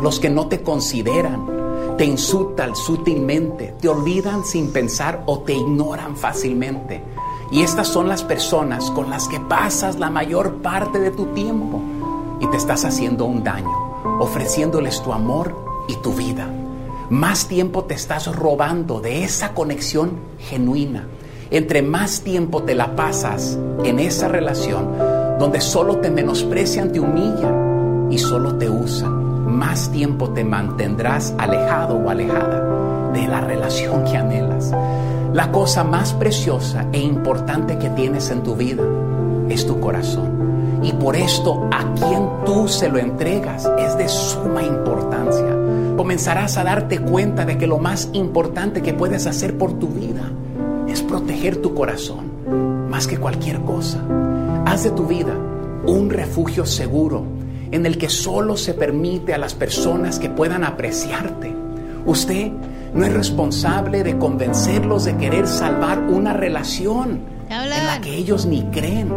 Speaker 25: los que no te consideran, te insultan sutilmente, te olvidan sin pensar o te ignoran fácilmente. Y estas son las personas con las que pasas la mayor parte de tu tiempo y te estás haciendo un daño, ofreciéndoles tu amor y tu vida. Más tiempo te estás robando de esa conexión genuina. Entre más tiempo te la pasas en esa relación, donde solo te menosprecian, te humillan y solo te usan, más tiempo te mantendrás alejado o alejada de la relación que anhelas. La cosa más preciosa e importante que tienes en tu vida es tu corazón. Y por esto a quien tú se lo entregas es de suma importancia. Comenzarás a darte cuenta de que lo más importante que puedes hacer por tu vida es proteger tu corazón más que cualquier cosa. Haz de tu vida un refugio seguro en el que solo se permite a las personas que puedan apreciarte. Usted no es responsable de convencerlos de querer salvar una relación en la que ellos ni creen.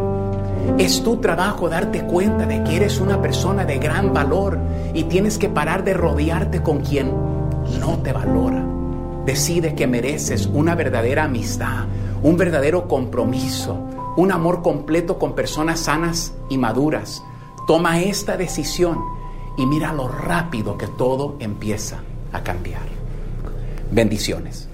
Speaker 25: Es tu trabajo darte cuenta de que eres una persona de gran valor y tienes que parar de rodearte con quien no te valora. Decide que mereces una verdadera amistad, un verdadero compromiso, un amor completo con personas sanas y maduras. Toma esta decisión y mira lo rápido que todo empieza a cambiar. Bendiciones.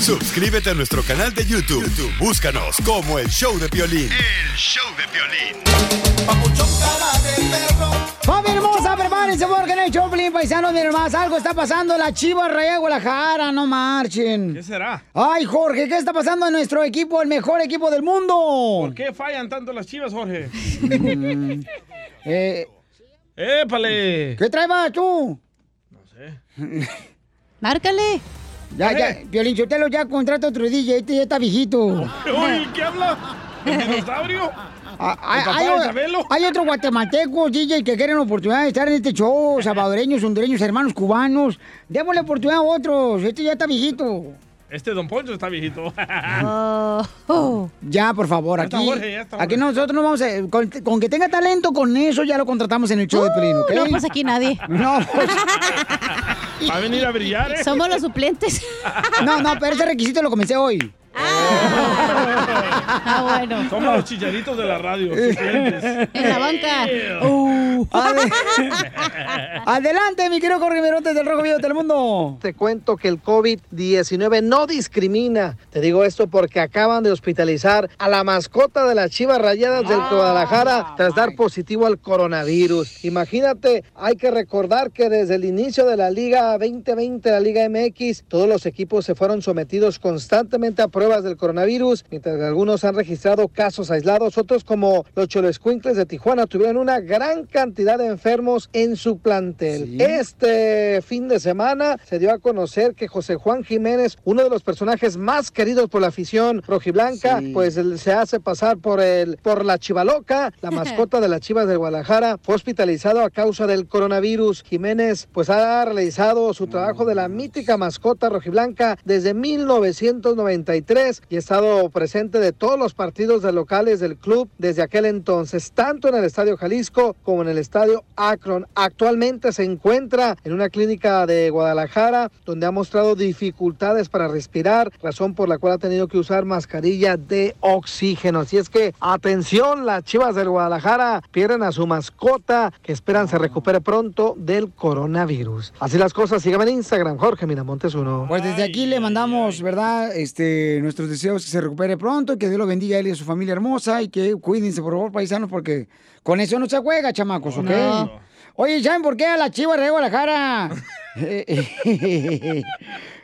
Speaker 3: Suscríbete a nuestro canal de YouTube. YouTube, Búscanos como el show de violín. El show de violín.
Speaker 1: ¡Familia hermosa, prepárense porque en el Choplin, paisano, miren más, algo está pasando. La chiva rey de Guadalajara, no marchen.
Speaker 2: ¿Qué será?
Speaker 1: Ay, Jorge, ¿qué está pasando en nuestro equipo, el mejor equipo del mundo? Mm.
Speaker 2: ¿Por qué fallan tanto las chivas, Jorge?
Speaker 1: Eh,
Speaker 2: ¡Épale!
Speaker 1: ¿Qué traes más tú?
Speaker 2: No sé.
Speaker 8: Márcale.
Speaker 1: Ya, ya,
Speaker 2: Eh.
Speaker 1: Violín Chotelo ya contrata otro DJ, este ya está viejito.
Speaker 2: Uy, ¿qué habla? ¿El dinosaurio?
Speaker 1: Ah,
Speaker 2: ¿El papá
Speaker 1: Hay,
Speaker 2: de
Speaker 1: hay-
Speaker 2: Chabelo?
Speaker 1: hay otro guatemalteco, DJ, que quieren la oportunidad de estar en este show, salvadoreños, hondureños, hermanos cubanos. Démosle oportunidad a otros, este ya está viejito.
Speaker 2: Este Don Poncho está viejito.
Speaker 8: Oh.
Speaker 1: Ya, por favor,
Speaker 2: Ya está,
Speaker 1: aquí,
Speaker 2: Jorge, ya está,
Speaker 1: aquí nosotros no vamos a... Con, con que tenga talento, con eso ya lo contratamos en el show de Pelín, ¿ok?
Speaker 8: No, pues aquí nadie.
Speaker 1: No, pues-
Speaker 2: Va a venir a brillar, ¿eh?
Speaker 8: Somos los suplentes.
Speaker 1: no, no, pero ese requisito lo comencé hoy.
Speaker 8: Ah, bueno.
Speaker 2: Somos los chicharitos de la radio. suplentes.
Speaker 8: En la banca.
Speaker 1: A ver. Adelante, mi querido Jorge Mirotes del Rojo Vivo del Mundo.
Speaker 4: Te cuento que el COVID-19 no discrimina. Te digo esto porque acaban de hospitalizar a la mascota de las Chivas Rayadas del
Speaker 1: Ah.
Speaker 4: Guadalajara tras dar positivo al coronavirus. Imagínate, hay que recordar que desde el inicio de la Liga 2020, la Liga MX, todos los equipos se fueron sometidos constantemente a pruebas del coronavirus, mientras que algunos han registrado casos aislados, otros como los Cholescuincles de Tijuana tuvieron una gran cantidad de enfermos en su plantel. Este fin de semana se dio a conocer que José Juan Jiménez, uno de los personajes más queridos por la afición rojiblanca, pues él se hace pasar por el por la Chivaloca, la mascota de las Chivas de Guadalajara, fue hospitalizado a causa del coronavirus. Jiménez pues ha realizado su trabajo de la mítica mascota rojiblanca desde 1993 y ha estado como presente de todos los partidos de locales del club desde aquel entonces, tanto en el Estadio Jalisco como en el Estadio Akron. Actualmente se encuentra en una clínica de Guadalajara donde ha mostrado dificultades para respirar, razón por la cual ha tenido que usar mascarilla de oxígeno. Así es que atención, las Chivas del Guadalajara pierden a su mascota que esperan se recupere pronto del coronavirus. Así las cosas, síganme en Instagram, Jorge Miramontes uno.
Speaker 1: Pues desde aquí le mandamos, ¿verdad? Este, nuestros deseos que se recupere pronto, que Dios lo bendiga a él y a su familia hermosa y que cuídense, por favor, paisanos, porque con eso no se juega, chamacos, ¿ok?
Speaker 7: No.
Speaker 1: Oye, ¿saben por qué a la Chivas de Guadalajara?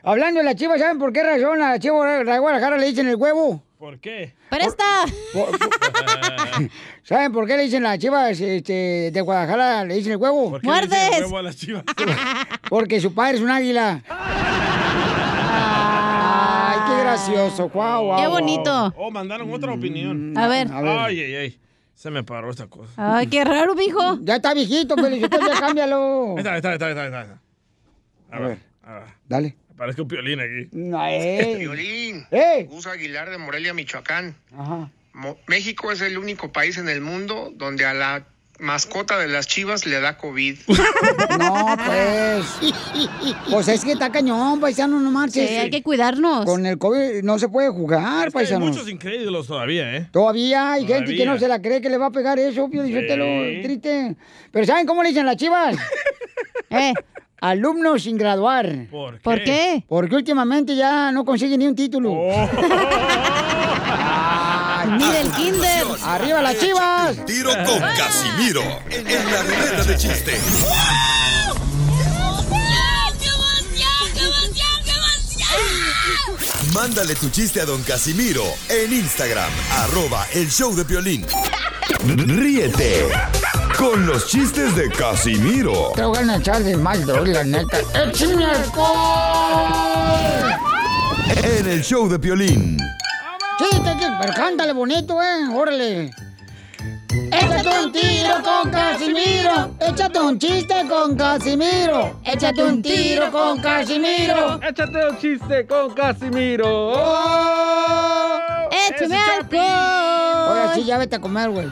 Speaker 1: Hablando de la Chivas, ¿saben por qué razón a la Chivas de Guadalajara le dicen el huevo?
Speaker 2: ¿Por qué?
Speaker 8: ¡Presta!
Speaker 1: ¿Saben por qué le dicen las chivas este, de Guadalajara? Le dicen el huevo.
Speaker 2: ¿Por qué le dicen el ¡Muerdes! huevo a las chivas?
Speaker 1: Porque su padre es un águila. Ay, qué gracioso. Guau, guau,
Speaker 8: Ah. Qué
Speaker 1: guau.
Speaker 8: bonito.
Speaker 2: Oh, mandaron otra opinión.
Speaker 8: a ver. A ver.
Speaker 2: Ay, ay, ay. Se me paró esta cosa.
Speaker 8: Ay, qué raro, mijo.
Speaker 1: Ya está viejito, pero ya cámbialo.
Speaker 2: Ahí está, ahí está, ahí está, ahí está, ahí está. A, ver, a ver.
Speaker 1: Dale.
Speaker 2: Parece un piolín aquí.
Speaker 1: No,
Speaker 24: Violín.
Speaker 1: ¡Eh!
Speaker 24: Gus Aguilar de Morelia, Michoacán.
Speaker 1: Ajá.
Speaker 24: Mo- México es el único país en el mundo donde a la mascota de las chivas le da COVID.
Speaker 1: No, pues. Pues es que está cañón, paisano, no marches.
Speaker 8: Sí, hay que
Speaker 1: cuidarnos. Con el COVID no se puede jugar,
Speaker 2: Es que hay
Speaker 1: paisano.
Speaker 2: muchos incrédulos todavía, ¿eh?
Speaker 1: Todavía hay gente que
Speaker 2: Todavía.
Speaker 1: no se la cree que le va a pegar eso, Pio Dicotelo,
Speaker 2: Sí.
Speaker 1: triste. Pero ¿saben cómo le dicen las chivas? ¿Eh? Alumnos sin graduar.
Speaker 2: ¿Por qué?
Speaker 1: Porque últimamente ya no consiguen ni un título.
Speaker 2: Oh.
Speaker 8: Mira el kinder.
Speaker 1: ¡Arriba las chivas!
Speaker 3: Tiro con Casimiro en la ruleta de chistes. Mándale tu chiste a don Casimiro en Instagram, arroba el show de Piolín. Ríete con los chistes de Casimiro
Speaker 1: Te voy a echar de mal, la neta. ¡Échame alcohol!
Speaker 3: en el show de Piolín.
Speaker 1: Chiste, que- pero cántale bonito, eh. Órale. Échate un tiro con Casimiro. Échate un chiste con Casimiro. Échate un tiro con Casimiro.
Speaker 6: Échate un chiste con Casimiro.
Speaker 1: ¡Échame alcohol! Ahora sí, ya vete a comer, güey.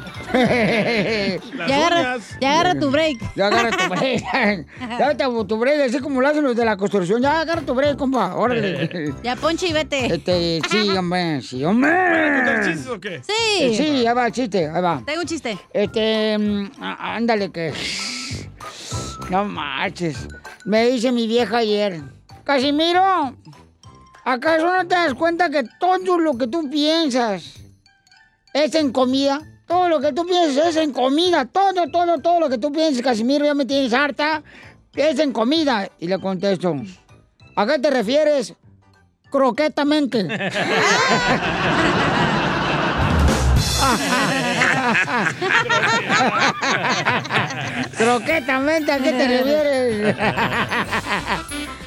Speaker 8: Las Ya agarra- uñas. ya agarra tu break.
Speaker 1: Ya agarra tu break. ya vete a tu break, así como lo hacen los de la construcción. Ya agarra tu break, compa. Órale.
Speaker 8: Ya, ponche y vete.
Speaker 1: Este, sí, hombre, sí, hombre.
Speaker 8: ¿Van a contar
Speaker 2: chistes o qué?
Speaker 8: Sí.
Speaker 1: Sí, ahí va el chiste, ahí va.
Speaker 8: Tengo un chiste.
Speaker 1: Este, mm, á- ándale que... No marches. Me dice mi vieja ayer, Casimiro, ¿acaso no te das cuenta que todo lo que tú piensas es en comida? Todo lo que tú piensas es en comida. Todo, todo, todo lo que tú piensas, Casimiro, ya me tienes harta, es en comida. Y le contesto, ¿a qué te refieres? Croquetamente. Croquetamente, ¿a qué te refieres?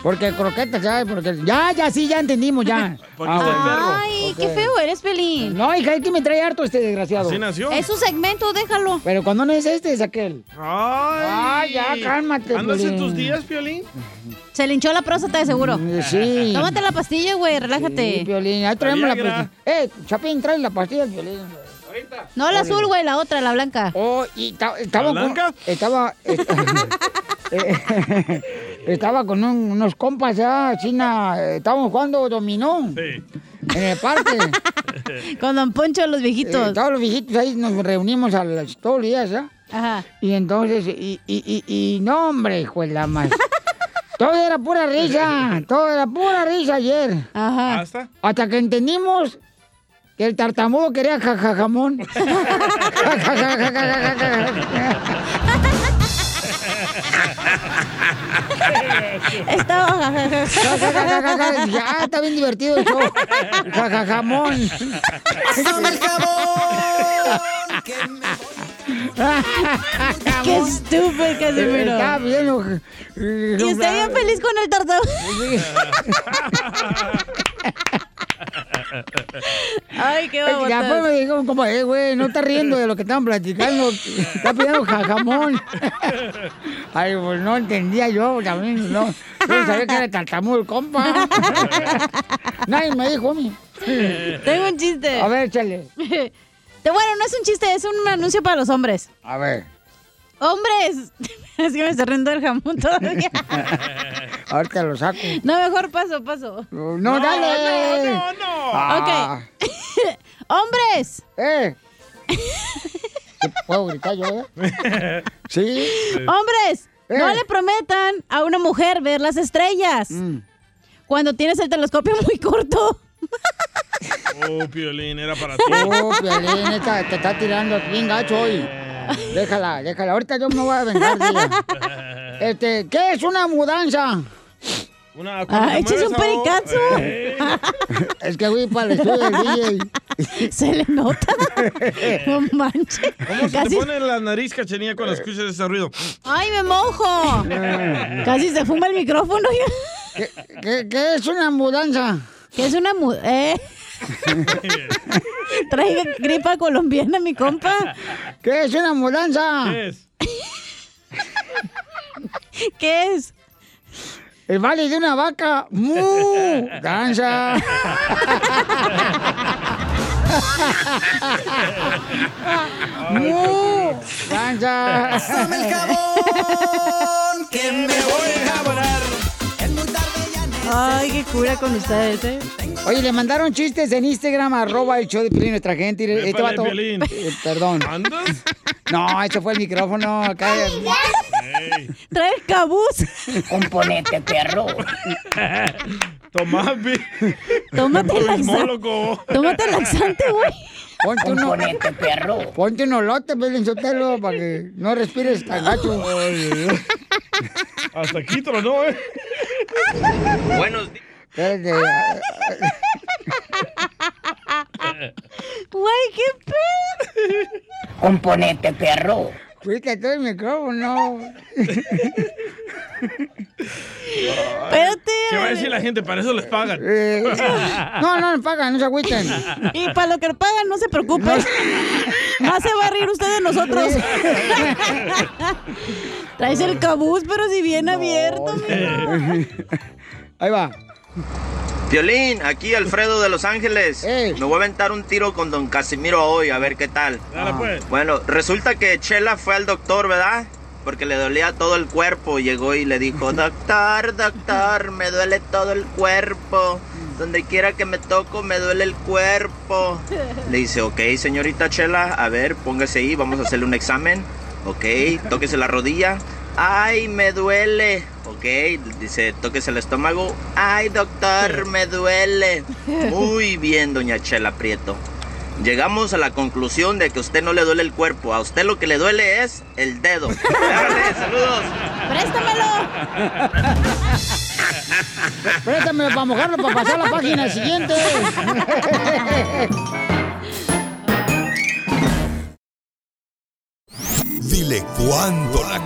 Speaker 1: Porque croqueta, ya, porque. Ya, ya, sí, ya entendimos, ya.
Speaker 2: Porque está enfermo.
Speaker 8: Ay, qué
Speaker 1: Oh, Ok.
Speaker 8: feo eres, Pelín.
Speaker 1: No, hija, es que me trae harto este desgraciado.
Speaker 2: Así nació.
Speaker 8: Es un segmento, déjalo.
Speaker 1: Pero cuando no es este, es aquel.
Speaker 2: Ay,
Speaker 8: ya, cálmate,
Speaker 2: ¿Andas en
Speaker 8: Piolín.
Speaker 2: tus días, Piolín?
Speaker 8: Se le hinchó la próstata de seguro.
Speaker 1: Mm, Sí.
Speaker 8: Tómate la pastilla, güey, relájate.
Speaker 1: Sí, Piolín, ahí traemos la
Speaker 8: Viagra.
Speaker 1: pastilla. Eh, Chapín, trae la pastilla, Piolín.
Speaker 8: No, la azul, güey, la otra, la blanca.
Speaker 1: Oh, y Estaba
Speaker 8: ¿La
Speaker 1: con, estaba, est- eh, estaba con un- unos compas ya, China. eh, Estábamos jugando dominó. En el parque.
Speaker 8: Con Don Poncho, los viejitos.
Speaker 1: Eh, todos los viejitos ahí nos reunimos a las, todos los días, ¿ya?
Speaker 8: Ajá.
Speaker 1: Y entonces, y, y, y, y no, hombre, hijo de la más. todo era pura risa, todo era pura risa ayer.
Speaker 8: Ajá.
Speaker 2: ¿Hasta?
Speaker 1: Hasta que entendimos que el tartamudo quería jajajamón.
Speaker 8: Estaba.
Speaker 1: ya, Ah, está bien divertido el show. Jajajamón.
Speaker 7: Pásame el jabón,
Speaker 1: Qué
Speaker 8: estúpido, Casimiro.
Speaker 1: Está Eh, bien. oj-
Speaker 8: Y estoy bien feliz con el tartamudo. Ay, qué
Speaker 1: Eh, Ya
Speaker 8: babotas.
Speaker 1: fue, me dijo un compa, eh, güey, no estás riendo de lo que estaban platicando. Está pidiendo jajamón. Ay, pues no entendía yo también, no. Yo no sabía que era tartamudo el compa. Nadie me dijo, mi.
Speaker 8: Tengo un chiste.
Speaker 1: A ver, échale.
Speaker 8: Te- Bueno, no es un chiste, es un anuncio para los hombres.
Speaker 1: A ver.
Speaker 8: ¡Hombres! Es que me está riendo el jamón todavía.
Speaker 1: Ahorita lo saco.
Speaker 8: No, mejor paso, paso.
Speaker 1: No, dale.
Speaker 8: no, no.
Speaker 1: Ah.
Speaker 8: Ok. ¡Hombres!
Speaker 1: ¡Eh! ¿Puedo gritar yo, eh? Sí.
Speaker 8: ¡Hombres!
Speaker 1: Eh.
Speaker 8: No le prometan a una mujer ver las estrellas.
Speaker 1: Mm.
Speaker 8: Cuando tienes el telescopio muy corto.
Speaker 2: Oh, Piolín, era para ti.
Speaker 1: Oh, Piolín, esta te está tirando bien gacho hoy. Déjala, déjala. Ahorita yo me voy a vengar de ella. Este, ¿qué es una mudanza?
Speaker 2: Una,
Speaker 8: Ah, échese un pericazo.
Speaker 1: Es que voy para el estudio del
Speaker 8: DJ. Se le nota. No manches.
Speaker 2: ¿Cómo se
Speaker 8: Casi-
Speaker 2: te pone la nariz cachenilla cuando escuchas ese ruido?
Speaker 8: ¡Ay, me mojo! Casi se fuma el micrófono.
Speaker 1: ¿Qué, qué, es una mudanza?
Speaker 8: ¿Qué es una mudanza? ¿Eh? Traiga gripa colombiana, mi compa.
Speaker 1: ¿Qué es una mudanza?
Speaker 8: ¿Qué es? ¿Qué es?
Speaker 1: El vale de una vaca. ¡Mu! ¡Danza! ¡Mu! ¡Danza!
Speaker 7: Pásame el jabón, que me voy a enjabonar.
Speaker 8: Ay, qué cura con ustedes, ¿eh?
Speaker 1: Oye, le mandaron chistes en Instagram, arroba el show de Piolín, nuestra gente. y le- Este
Speaker 7: Épale,
Speaker 1: vato...
Speaker 7: Piolín.
Speaker 1: Eh, perdón. No, ese fue el micrófono. Acá.
Speaker 8: Trae el cabuz.
Speaker 1: Componente, perro.
Speaker 2: Tomás, vi.
Speaker 8: Tómate
Speaker 2: el
Speaker 8: laxante. Tómate laxante, güey.
Speaker 1: Ponte un
Speaker 8: Componente,
Speaker 1: perro. Ponte un pues, olote, Piolín Sotelo, para que no respires tan gacho.
Speaker 2: Hasta aquí tronó, ¿eh?
Speaker 1: Buenos días. Espérate.
Speaker 8: Güey, qué pedo.
Speaker 1: Componente, perro. Fuiste todo el micrófono.
Speaker 8: Espérate.
Speaker 2: ¿Qué va a decir la gente? Para eso les pagan.
Speaker 1: Eh, No, no, no pagan, no se agüiten.
Speaker 8: Y para lo que le pagan, no se preocupen. Más se va a reír usted de nosotros. Traes el cabuz, pero si bien abierto,
Speaker 1: Ahí va.
Speaker 19: Violín, aquí Alfredo de Los Ángeles. Me voy a aventar un tiro con don Casimiro hoy, a ver qué tal.
Speaker 7: Dale, pues.
Speaker 19: Bueno, resulta que Chela fue al doctor, ¿verdad? Porque le dolía todo el cuerpo. Llegó y le dijo, doctor, doctor, me duele todo el cuerpo. Donde quiera que me toco, me duele el cuerpo. Le dice, ok, señorita Chela, a ver, póngase ahí, vamos a hacerle un examen. Ok, tóquese la rodilla. Ay, me duele. Ok, dice, tóquese el estómago. Ay, doctor, me duele. Muy bien, doña Chela Prieto. Llegamos a la conclusión de que a usted no le duele el cuerpo, a usted lo que le duele es el dedo. Hágale, saludos.
Speaker 8: ¡Préstamelo!
Speaker 1: Préstamelo para mojarlo, para pasar la página siguiente.
Speaker 3: Dile cuándo la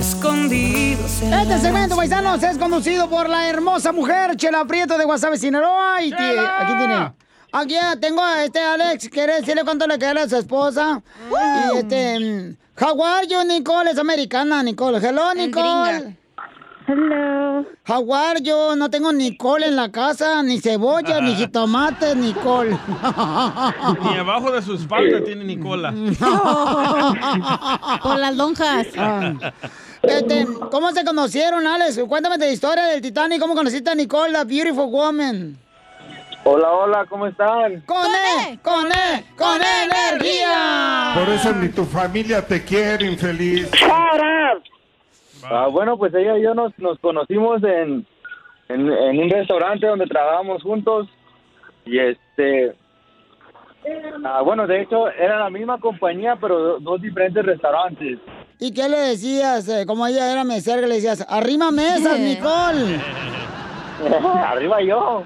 Speaker 7: Escondidos en
Speaker 1: Este segmento, paisanos, es conducido por la hermosa mujer Chela Prieto de Guasave, Sinaloa. Y ti- aquí tiene. Aquí ya tengo a este Alex. ¿Quiere decirle cuánto le queda a su esposa? Y este. mm, How are you, Nicole? Es americana, Nicole. Hello, Nicole. Hello. How are you? No tengo Nicole en la casa, ni cebolla,
Speaker 8: Ah.
Speaker 1: ni jitomate, Nicole.
Speaker 2: Ni abajo de su espalda tiene Nicola.
Speaker 8: Por las lonjas.
Speaker 1: Este, Ah. ¿Cómo se conocieron, Alex? Cuéntame de la historia del Titanic. ¿Cómo conociste a Nicole, la beautiful woman?
Speaker 26: Hola, hola, ¿cómo están?
Speaker 1: ¡Con E! ¡Con E! ¡Con E energía!
Speaker 15: Por eso ni tu familia te quiere, infeliz.
Speaker 26: Ah, bueno, pues ella y yo nos, nos conocimos en, en, en un restaurante donde trabajábamos juntos. Y este. ah, bueno, de hecho, era la misma compañía, pero do- dos diferentes restaurantes.
Speaker 1: ¿Y qué le decías? eh, como ella era mesera, que le decías, arrima mesas, Nicole.
Speaker 26: Arriba yo.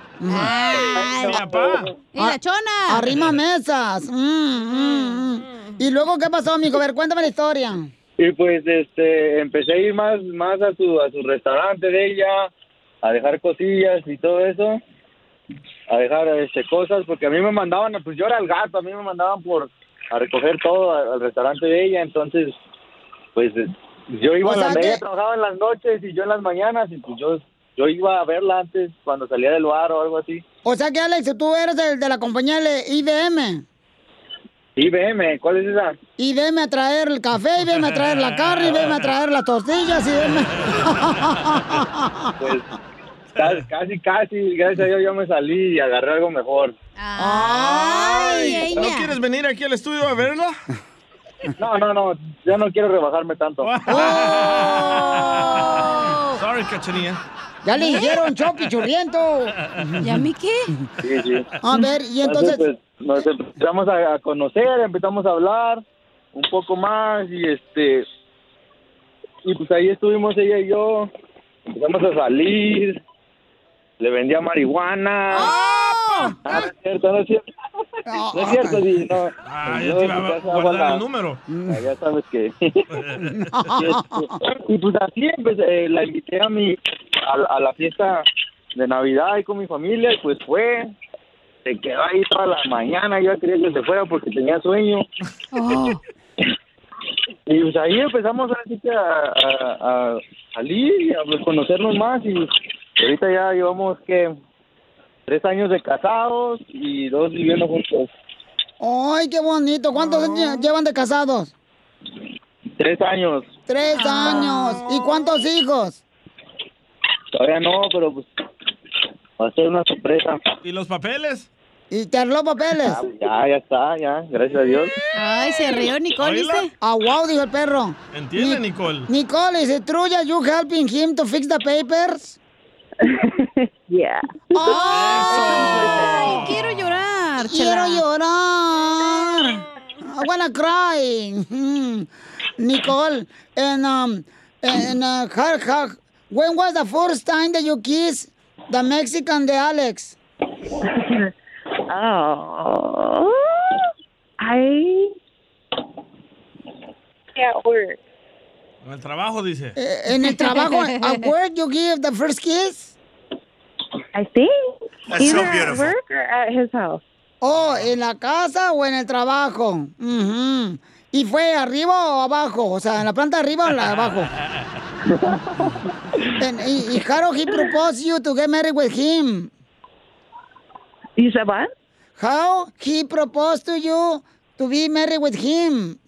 Speaker 1: ¡Y la chona! Mm. ¡Arrima mesas! Mm, mm, mm. ¿Y luego qué pasó, amigo? A ver, cuéntame la historia.
Speaker 26: Y pues este empecé a ir más más a su a su restaurante de ella, a dejar cosillas y todo eso. A dejar este, cosas porque a mí me mandaban, pues yo era el gato, a mí me mandaban por a recoger todo al, al restaurante de ella, entonces pues yo iba
Speaker 2: O
Speaker 26: a la
Speaker 2: sea que-
Speaker 26: ella trabajaba en las noches y yo en las mañanas y pues yo yo iba a verla antes cuando salía del bar o algo así.
Speaker 1: O sea que, Alex, tú eres el de la compañía de IBM.
Speaker 26: IBM, ¿cuál es esa?
Speaker 1: IBM a traer el café, IBM a traer la carne, IBM a traer las tortillas, IBM...
Speaker 26: Pues ca- casi, casi, gracias a Dios yo me salí y agarré algo mejor.
Speaker 2: Ay, ¿No
Speaker 26: ella.
Speaker 2: quieres venir aquí al estudio a verla?
Speaker 26: No, no, no, yo no quiero rebajarme tanto.
Speaker 1: Oh.
Speaker 2: Sorry, cachanilla.
Speaker 1: Ya le dijeron chopi churriento. ¿Y a mí qué?
Speaker 26: Sí, sí.
Speaker 1: A ver, y entonces-
Speaker 26: pues, nos empezamos a, a conocer, empezamos a hablar un poco más y este y pues ahí estuvimos ella y yo, empezamos a salir, le vendía marihuana. Ah, no es cierto, no es cierto.
Speaker 1: Ah.
Speaker 26: No es cierto, sí, no.
Speaker 2: Ah,
Speaker 26: Yo
Speaker 2: ya te
Speaker 26: en
Speaker 2: iba
Speaker 26: mi
Speaker 2: a
Speaker 26: casa
Speaker 2: guardar
Speaker 26: guarda-
Speaker 2: el número.
Speaker 26: Ah, Ya sabes que. y pues así empecé, eh, la invité a mi a, a la fiesta de Navidad ahí con mi familia y pues fue. Se quedó ahí toda la mañana, yo quería que se fuera porque tenía sueño. Y pues ahí empezamos así que a, a- a salir y a pues, conocernos más y ahorita ya llevamos que tres años de casados y dos viviendo juntos.
Speaker 1: ¡Ay, qué bonito! ¿Cuántos años llevan de casados?
Speaker 26: Tres años.
Speaker 1: Tres años. ¿Y cuántos hijos?
Speaker 26: Todavía no, pero pues va a ser una sorpresa.
Speaker 2: ¿Y los papeles?
Speaker 1: ¿Y te arregló papeles?
Speaker 26: Ya, ya está, ya, gracias a Dios.
Speaker 1: Ay, se rió Nicole, ¿viste? Ah, wow, dijo el perro.
Speaker 2: ¿Entiende, Nicole?
Speaker 1: Nicole, is it true that you helping him to fix the papers? Oh.
Speaker 10: Yeah.
Speaker 1: ¡Ay, quiero llorar! ¡Quiero
Speaker 10: Chela.
Speaker 1: llorar! I wanna cry. Mm. Nicole, and, um, and uh, how- how- when was the first time that you kissed the Mexican, the Alex?
Speaker 10: Oh. I. At work.
Speaker 2: En el trabajo, dice.
Speaker 1: Eh, En el trabajo, at work you give the first kiss?
Speaker 10: I think.
Speaker 2: That's so
Speaker 10: Either at
Speaker 2: beautiful.
Speaker 10: work or at his house.
Speaker 1: Oh, en la casa o en el trabajo. Ujú. ¿Y fue arriba o abajo? O sea, en la planta arriba o en la de abajo. And, y, y how he proposed you to get married with him?
Speaker 10: You said what?
Speaker 1: How he proposed to you to be married with him?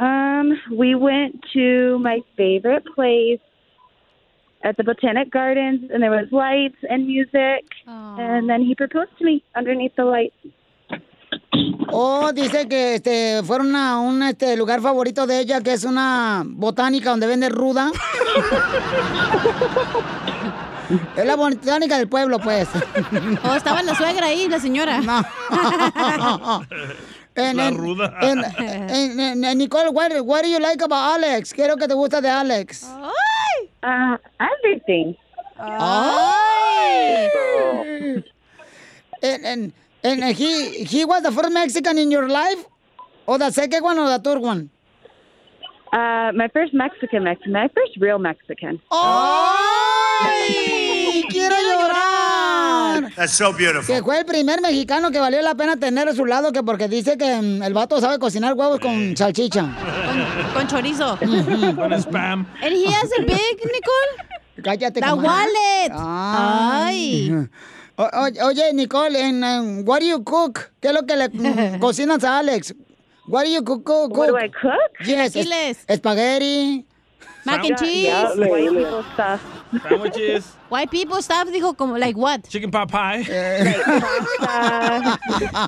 Speaker 10: Um, we went to my favorite place at the Botanic Gardens, and there was lights and music. And then he proposed to me underneath the lights.
Speaker 1: Oh, dice que este, fueron a un este, lugar favorito de ella, que es una botánica donde vende ruda. es la botánica del pueblo, pues.
Speaker 8: O Oh, estaba la suegra ahí, la señora. La ruda.
Speaker 1: en- en- en- en- Nicole, what, what do you like about Alex? ¿Qué es lo que te gusta de Alex?
Speaker 10: Uh, everything.
Speaker 1: Ay. And, and, and he, he was the first Mexican in your life? Or the second one or the third one?
Speaker 10: Uh, my first Mexican, Mex- my first real Mexican.
Speaker 1: ¡Ay! Oh, ¡Quiero llorar!
Speaker 11: That's so
Speaker 1: Que
Speaker 11: beautiful.
Speaker 1: fue el primer mexicano que valió la pena tener a su lado, que porque dice que mm, el vato sabe cocinar huevos con salchicha.
Speaker 8: Con chorizo.
Speaker 2: Con spam.
Speaker 8: And he has a big, Nicole.
Speaker 1: Cállate.
Speaker 8: The
Speaker 1: comadre.
Speaker 8: wallet.
Speaker 1: Ay. O- o- oye, Nicole, en em, what do you cook? ¿Qué es lo que le mm, cocinas a Alex? What do you cook? cook,
Speaker 10: What do I cook?
Speaker 1: Yes. es- espagueti.
Speaker 8: Mac and cheese.
Speaker 10: Yeah,
Speaker 1: Dale,
Speaker 10: white
Speaker 1: dale.
Speaker 10: people stuff.
Speaker 2: Sándwiches.
Speaker 8: White people stuff dijo como like what?
Speaker 2: Chicken pot pie.
Speaker 1: Eh.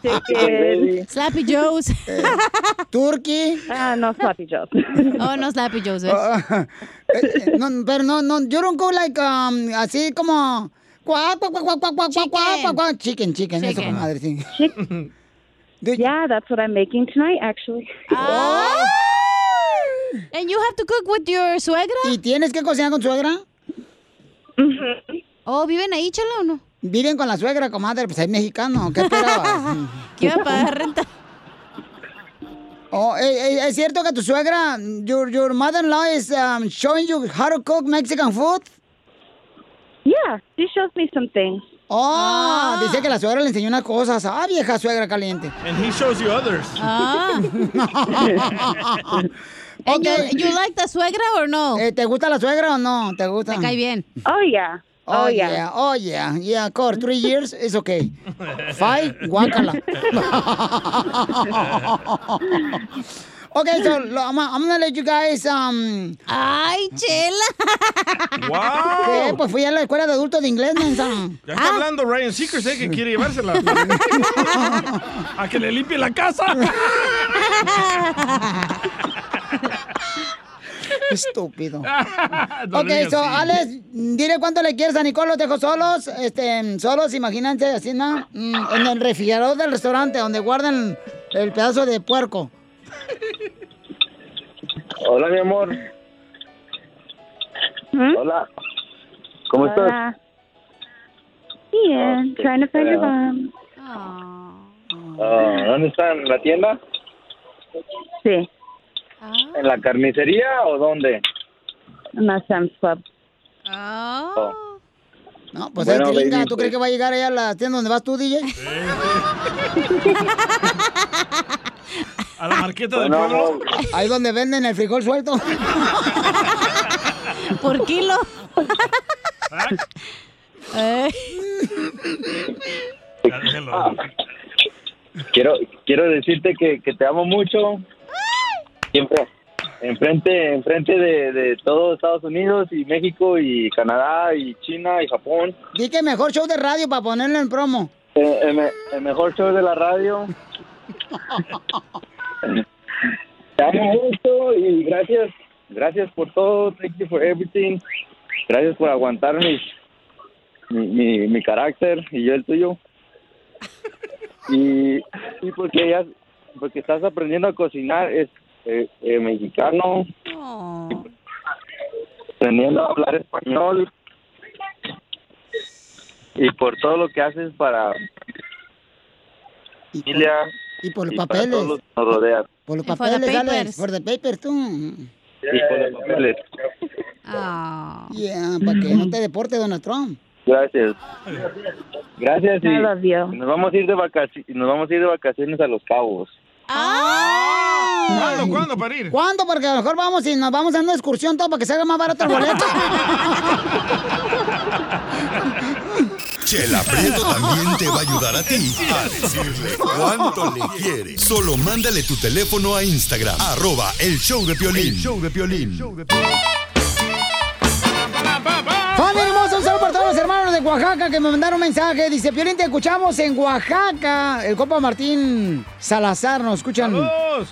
Speaker 10: Chicken.
Speaker 8: Slappy Joe's.
Speaker 1: Eh. Turkey.
Speaker 10: Ah, no sloppy joes.
Speaker 8: Oh, no slappy Joe's. ¿ves?
Speaker 1: Eh, no, pero no, no, you don't go like, um, así como... Cuac, cuac, cuac, cuac, cuac, cuac, cuac, cuac, cuac. Chicken, chicken, eso,
Speaker 10: Chicken.
Speaker 1: comadre, sí.
Speaker 10: yeah, that's what I'm making tonight, actually.
Speaker 8: And you have to cook with your suegra?
Speaker 1: ¿Y tienes que cocinar con suegra?
Speaker 8: Oh, ¿viven ahí, chela, o no?
Speaker 1: Viven con la suegra, comadre, pues es mexicano, ¿qué esperabas?
Speaker 8: ¿Qué iba a pagar renta?
Speaker 1: Oh, eh, eh, ¿Es cierto que tu suegra, your, your mother-in-law is um, showing you how to cook Mexican food?
Speaker 10: Yeah, she shows me some things.
Speaker 1: Oh,
Speaker 8: Ah.
Speaker 1: dice que la suegra le enseñó unas cosas. Ah, vieja suegra caliente.
Speaker 2: And he shows you others.
Speaker 8: Ah. And you, you like the suegra or no?
Speaker 1: Eh, ¿Te gusta la suegra o no? ¿Te gusta?
Speaker 8: Me cae bien.
Speaker 10: Oh, yeah.
Speaker 1: Oh,
Speaker 10: Oh,
Speaker 1: yeah.
Speaker 10: yeah.
Speaker 1: Oh, yeah. Yeah, core. Three years is okay. Five, guácala. okay, so lo- I'm, I'm gonna let you guys... Um...
Speaker 8: Ay, chela.
Speaker 1: ¿Qué? Pues fui a la escuela de adultos de inglés, mensa.
Speaker 2: Ya
Speaker 8: Ah.
Speaker 2: está hablando Ryan Seacrest, ¿eh? Que quiere llevársela. a que le limpie la casa.
Speaker 1: Estúpido.
Speaker 7: No
Speaker 1: ok,
Speaker 7: le digas
Speaker 1: so,
Speaker 7: así.
Speaker 1: Alex, dile cuánto le quieres a Nicole, los dejo solos, este, solos, imagínense, así, ¿no? Mm, En el refrigerador del restaurante, donde guardan el pedazo de puerco.
Speaker 26: Hola, mi amor.
Speaker 8: ¿Mm?
Speaker 26: Hola. ¿Cómo estás?
Speaker 10: Hola. Bien,
Speaker 26: Ah,
Speaker 10: trying to find your
Speaker 26: yeah.
Speaker 10: mom.
Speaker 26: Ah, ¿Dónde está? ¿En la tienda?
Speaker 10: Sí,
Speaker 26: ¿En la carnicería o dónde?
Speaker 10: en la Sam's Club.
Speaker 26: Oh.
Speaker 1: No, Pues
Speaker 26: Bueno,
Speaker 1: es gringa,
Speaker 26: baby,
Speaker 1: ¿tú crees que va a llegar allá a la tienda donde vas tú, DJ?
Speaker 2: A la marqueta del
Speaker 26: Bueno,
Speaker 2: pueblo.
Speaker 1: Ahí donde venden el frijol suelto.
Speaker 8: Por kilo. Eh.
Speaker 26: Ah. Quiero, quiero decirte que, que te amo mucho. Siempre. Enfrente, enfrente de, de todo Estados Unidos y México y Canadá y China y Japón.
Speaker 1: Di que mejor show de radio para ponerlo en promo.
Speaker 26: Eh, el, me- el mejor show de la radio. Te amo mucho y gracias. Gracias por todo. Thank you for everything. Gracias por aguantar mi, mi, mi, mi carácter y yo el tuyo. Y, y porque ya, porque estás aprendiendo a cocinar, es eh, eh, mexicano, aprendiendo a hablar español y por todo lo que haces para
Speaker 1: Y por-
Speaker 26: familia
Speaker 1: Y por los
Speaker 26: y para
Speaker 1: papeles.
Speaker 26: todos los que nos rodean.
Speaker 1: Por los
Speaker 26: Y for the
Speaker 1: papeles, Alex.
Speaker 26: papers.
Speaker 1: Por the paper, tú.
Speaker 26: Y por los papeles.
Speaker 8: Ah.
Speaker 1: Yeah, para que no te deporte Donald Trump.
Speaker 26: Gracias. Gracias y
Speaker 1: I love you.
Speaker 26: nos vamos a ir de vacaciones, nos vamos a ir de vacaciones a Los Cabos.
Speaker 1: ¿Cuándo, cuándo para ir? ¿Cuándo? Porque a lo mejor vamos y nos vamos a una excursión todo para que salga más barato el boleto.
Speaker 3: Chela Prieto también te va a ayudar a ti a decirle cuánto le quieres. Solo mándale tu teléfono a Instagram, arroba el show de Piolín. El show de Piolín.
Speaker 1: Familia hermosa, un saludo para todos los hermanos de Oaxaca que me mandaron un mensaje. Dice, Piolín, te escuchamos en Oaxaca. El compa Martín Salazar nos escuchan.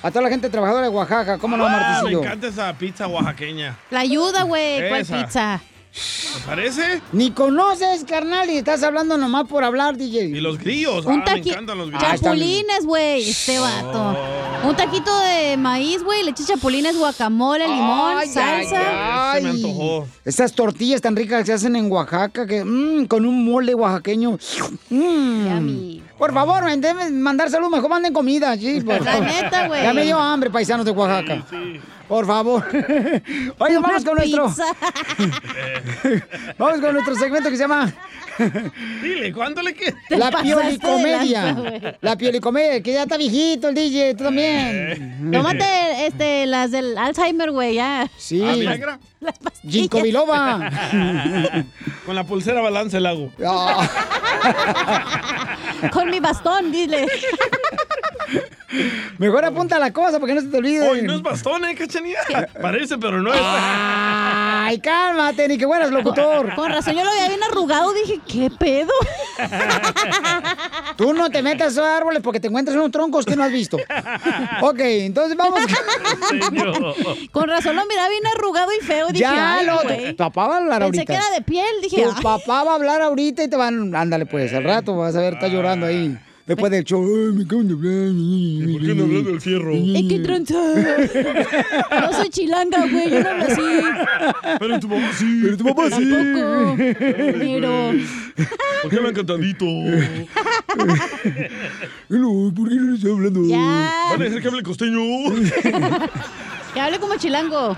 Speaker 1: A toda la gente trabajadora de Oaxaca. ¿Cómo no,
Speaker 2: Ah, me
Speaker 1: Martincillo?
Speaker 2: encanta esa pizza oaxaqueña.
Speaker 8: La ayuda, güey. ¿Cuál
Speaker 2: Esa.
Speaker 8: pizza?
Speaker 2: ¿Te parece?
Speaker 1: Ni conoces, carnal, y estás hablando nomás por hablar, DJ. Y
Speaker 2: los grillos.
Speaker 8: Un
Speaker 2: ah, me
Speaker 8: taqui-
Speaker 2: encantan los grillos.
Speaker 8: Chapulines, güey. Este vato.
Speaker 1: Oh.
Speaker 8: Un taquito de maíz, güey. Le eché chapulines, guacamole, limón,
Speaker 1: Ay,
Speaker 8: salsa.
Speaker 1: ay, ay. Estas tortillas tan ricas que se hacen en Oaxaca, que mm, con un mole oaxaqueño. Mm. Por favor, men, deben mandar salud, mejor manden comida, sí. por
Speaker 7: La
Speaker 1: favor.
Speaker 7: neta, güey.
Speaker 1: Ya me dio hambre, paisanos de Oaxaca. Por favor. Oigan,
Speaker 7: Una
Speaker 1: vamos con nuestro.
Speaker 7: pizza.
Speaker 1: vamos con nuestro segmento que se llama
Speaker 2: Dile, ¿cuánto le quieres?
Speaker 1: La Piolicomedia. La Piolicomedia, que ya está viejito el DJ,
Speaker 2: Eh.
Speaker 1: tú también.
Speaker 8: Tómate este, las del Alzheimer, güey, ya.
Speaker 1: Sí.
Speaker 2: Ah, Viagra.
Speaker 1: Ginkgo biloba.
Speaker 2: Con la pulsera balance el lago.
Speaker 8: Con mi bastón, dile.
Speaker 1: Mejor apunta la cosa porque no se te olvide.
Speaker 2: Hoy no es bastón, ¿eh, cachanilla? Parece, pero no es.
Speaker 1: Ay, cálmate, ni que fueras locutor.
Speaker 8: Con razón, yo lo veía bien arrugado, dije, ¿qué pedo?
Speaker 1: Tú no te metas a árboles porque te encuentras unos troncos que no has visto. Ok, entonces vamos.
Speaker 8: Con razón lo miraba bien arrugado y feo, dije,
Speaker 1: ya
Speaker 8: "Ay,
Speaker 1: lo.
Speaker 8: güey".
Speaker 1: Tu papá va a hablar
Speaker 8: Pensé
Speaker 1: ahorita.
Speaker 8: que era de piel, dije,
Speaker 1: Tu
Speaker 8: "Ay".
Speaker 1: papá va a hablar ahorita y te van. Ándale, pues, al rato vas a ver, está llorando ahí. Después del show, ay, me acaban de hablar. ¿Por qué no hablan del fierro?
Speaker 8: Es que tranza. No soy chilanga, güey. Yo no hablo así.
Speaker 7: Pero tu mamá sí.
Speaker 1: Pero tu mamá sí.
Speaker 8: Tampoco. Pero.
Speaker 7: ¿Por qué hablan cantadito?
Speaker 1: Hello, ¿por qué no estoy hablando?
Speaker 8: Ya.
Speaker 7: ¿Van a dejar que hable costeño?
Speaker 8: Que hable como chilango.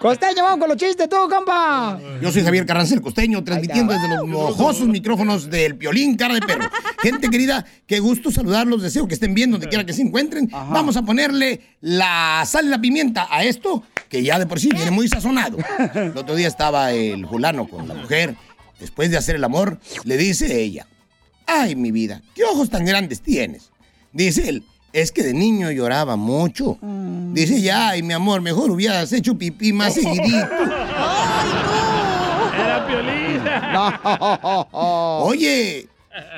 Speaker 1: Costeño, vamos con los chistes, todo, compa.
Speaker 16: Yo soy Javier Carranza el Costeño, transmitiendo desde los mojosos micrófonos del violín, cara de perro. Gente querida, qué gusto saludarlos, deseo que estén bien donde quiera que se encuentren. Vamos a ponerle la sal y la pimienta a esto, que ya de por sí viene muy sazonado. El otro día estaba el fulano con la mujer, después de hacer el amor, le dice ella, ay mi vida, qué ojos tan grandes tienes. Dice él, es que de niño lloraba mucho. Dice ya, ay, mi amor, mejor hubieras hecho pipí más seguidito.
Speaker 7: Era Piolín.
Speaker 16: Oye,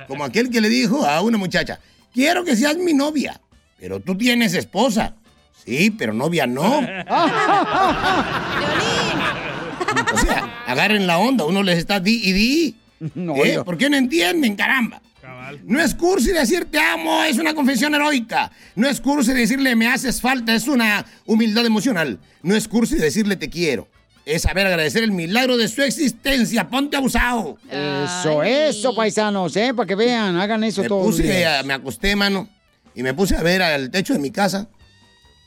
Speaker 16: como aquel que le dijo a una muchacha, quiero que seas mi novia, pero tú tienes esposa. Sí, pero novia no. O sea, agarren la onda, uno les está di y di. ¿Eh?
Speaker 1: yo-
Speaker 16: ¿Por qué no entienden, caramba? No es cursi decir te amo, es una confesión heroica. No es cursi decirle me haces falta, es una humildad emocional. No es cursi decirle te quiero. Es saber agradecer el milagro de su existencia. Ponte abusado.
Speaker 1: Eso, eso, paisanos, ¿eh? Para que vean, hagan eso
Speaker 16: me
Speaker 1: todos los
Speaker 16: puse,
Speaker 1: días.
Speaker 16: a- me acosté, mano, y me puse a ver al techo de mi casa,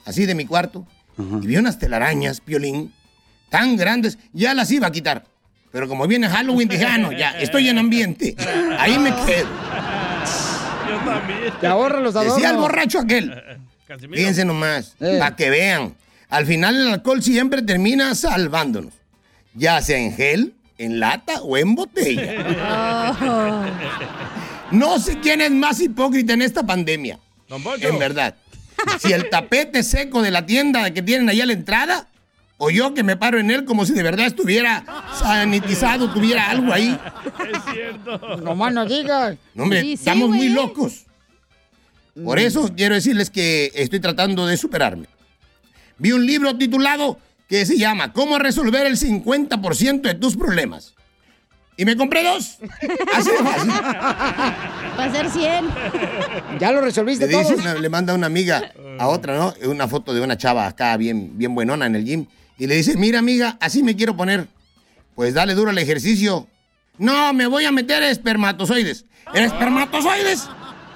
Speaker 16: así de mi cuarto, y vi unas telarañas, piolín, tan grandes, ya las iba a quitar. Pero como viene Halloween, dije, ah, no, ya, estoy en ambiente. Ahí me quedo.
Speaker 7: Yo también.
Speaker 1: Te ahorra los
Speaker 16: Decía el
Speaker 1: adornos. Eh.
Speaker 16: borracho aquel. Fíjense nomás, para que vean. Al final el alcohol siempre termina salvándonos. Ya sea en gel, en lata o en botella. No sé quién es más hipócrita en esta pandemia. En verdad. Si el tapete seco de la tienda que tienen allá a la entrada, o yo que me paro en él como si de verdad estuviera sanitizado, tuviera algo ahí.
Speaker 7: Es cierto.
Speaker 1: Nomás no digas.
Speaker 16: No, hombre, estamos muy locos. Por
Speaker 1: Mm.
Speaker 16: eso quiero decirles que estoy tratando de superarme. Vi un libro titulado que se llama Cómo resolver el 50% de tus problemas. Y me compré dos. Así de fácil.
Speaker 8: Va a ser 100.
Speaker 1: Ya lo resolviste
Speaker 16: Le, dice
Speaker 1: todo.
Speaker 16: una- le manda una amiga a otra, ¿no? Una foto de una chava acá bien, bien buenona en el gym. Y le dice, mira amiga, así me quiero poner. Pues dale duro al ejercicio. No, me voy a meter espermatozoides. ¿Espermatozoides?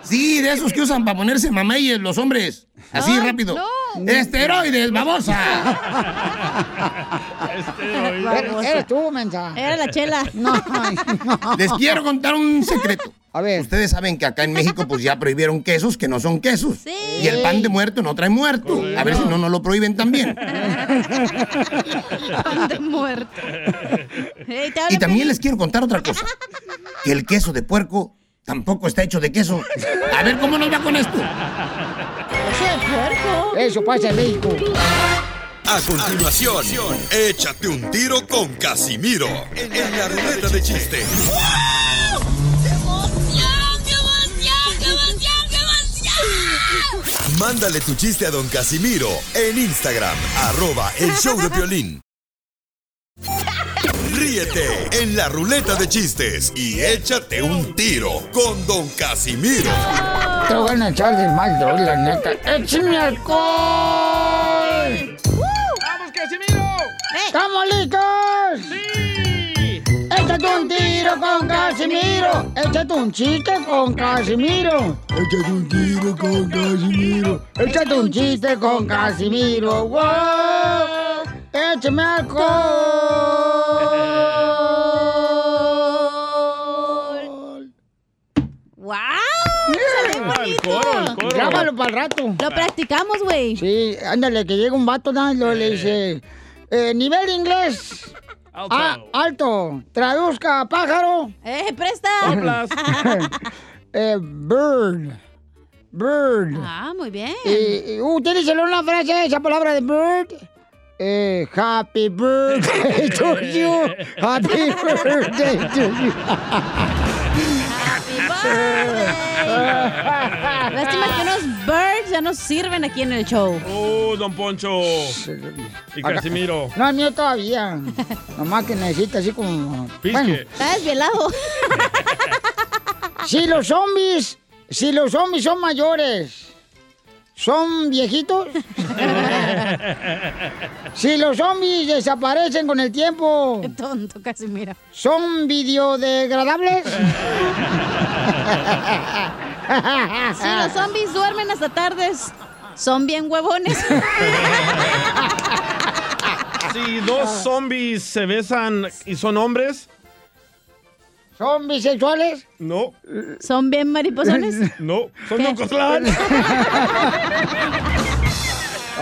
Speaker 16: Sí, de esos que usan para ponerse mameyes los hombres. Así
Speaker 1: Ah,
Speaker 27: Ay,
Speaker 16: rápido.
Speaker 27: no.
Speaker 16: Esteroides, babosa.
Speaker 1: Eres eres tú, mensa.
Speaker 8: Era la chela.
Speaker 1: No, ay, no.
Speaker 16: Les quiero contar un secreto. A ver. Ustedes saben que acá en México pues ya prohibieron quesos que no son quesos. Y el pan de muerto no trae muerto. A ver si no, no lo prohíben también.
Speaker 8: Pan de muerto. Ey, te habla
Speaker 16: Y también les quiero contar otra cosa. Que el queso de puerco tampoco está hecho de queso. A ver cómo nos va con esto.
Speaker 1: Eso pasa en México.
Speaker 3: A continuación, échate un tiro con Casimiro en la ruleta de chiste. Mándale tu chiste a don Casimiro en Instagram, arroba el show de violín. Ríete en la ruleta de chistes y échate un tiro con don Casimiro.
Speaker 1: Te van a echar de mal, doy, la neta. ¡Échame alcohol!
Speaker 7: ¡Vamos, Casimiro!
Speaker 1: ¡Estamos listos!
Speaker 7: ¡Sí!
Speaker 1: Échate un tiro con Casimiro. Échate un chiste con Casimiro. Échate un tiro con Casimiro. Échate un chiste con Casimiro. ¡Wow! ¡Échame alcohol!
Speaker 8: ¡Wow! ¡Salió bonito!
Speaker 1: Ah. Grábalo para el rato. Lo practicamos, güey. Sí, ándale, que llega un vato, ¿no? Y luego le dice, eh, nivel de inglés.
Speaker 8: Alto.
Speaker 1: Ah, alto. Traduzca, pájaro.
Speaker 8: ¡Eh, presta!
Speaker 1: Eh, bird. Bird.
Speaker 8: Ah, muy bien.
Speaker 1: Y, y utilícelo en una frase, esa palabra de bird. Eh, happy birthday to you. Happy birthday to you.
Speaker 8: Lástima que unos birds ya no sirven aquí en el show.
Speaker 7: ¡Oh, don Poncho! Y Casimiro.
Speaker 1: No, el mío todavía. Nomás que necesita así como. Bueno,
Speaker 8: Está desvelado.
Speaker 1: si los zombies Si los zombies son mayores, ¿son viejitos? si los zombies desaparecen con el tiempo,
Speaker 8: Qué tonto, casi mira.
Speaker 1: ¿son videodegradables?
Speaker 8: Si los zombies duermen hasta tardes, son bien huevones.
Speaker 2: Si dos zombies se besan y son hombres,
Speaker 1: ¿Son bisexuales?
Speaker 2: No.
Speaker 8: ¿Son bien mariposones?
Speaker 2: No, son
Speaker 8: ¿Qué?
Speaker 2: Nocotlán.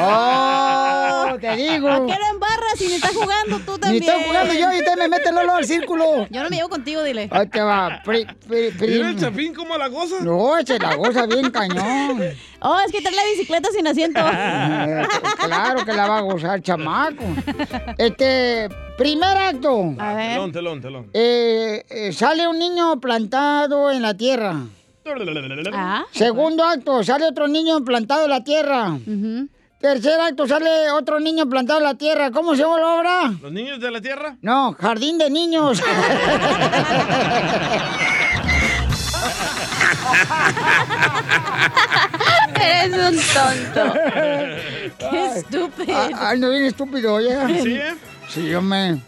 Speaker 1: ¡Oh! Te digo.
Speaker 8: ¿A qué lo embarras si ni estás jugando tú
Speaker 1: Ni
Speaker 8: también?
Speaker 1: estoy jugando yo y usted me mete Lolo al círculo.
Speaker 8: Yo no me llevo contigo, dile.
Speaker 1: Ahí te va. Pri, pri, pri-
Speaker 2: Mira el chapín cómo la goza.
Speaker 1: No, se la goza bien cañón.
Speaker 8: Oh, es que trae la bicicleta sin asiento.
Speaker 1: Eh, claro que la va a gozar, chamaco. Este, primer acto.
Speaker 8: A ver.
Speaker 2: Telón, telón, telón.
Speaker 1: Eh, eh, sale un niño plantado en la tierra.
Speaker 8: Ah.
Speaker 1: ¿Ah? Segundo acto, sale otro niño plantado en la tierra. Tercer acto, sale otro niño plantado en la tierra. ¿Cómo se llama la obra?
Speaker 2: ¿Los niños de la tierra?
Speaker 1: No, jardín de niños.
Speaker 7: Eres un tonto.
Speaker 1: Qué estúpido. Ah, Ay, no, bien estúpido, oiga.
Speaker 7: ¿Sí, eh?
Speaker 1: Sí, hombre.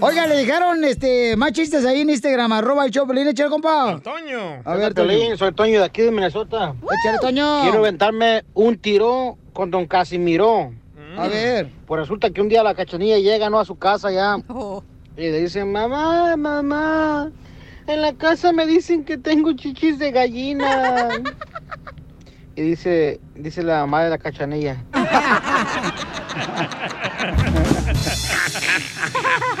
Speaker 1: Oiga, le dejaron este, más chistes ahí en Instagram, arroba el show, Pelín, échale, compa.
Speaker 2: Toño.
Speaker 1: A ver,
Speaker 13: Piolín, soy Toño de aquí de Minnesota.
Speaker 1: Échale, Toño.
Speaker 13: Quiero aventarme un tiro con don Casimiro.
Speaker 1: A ver.
Speaker 13: Pues resulta que un día la cachanilla llega, ¿no? A su casa ya. Y le dicen, mamá, mamá, en la casa me dicen que tengo chichis de gallina. y dice, dice la mamá de la cachanilla.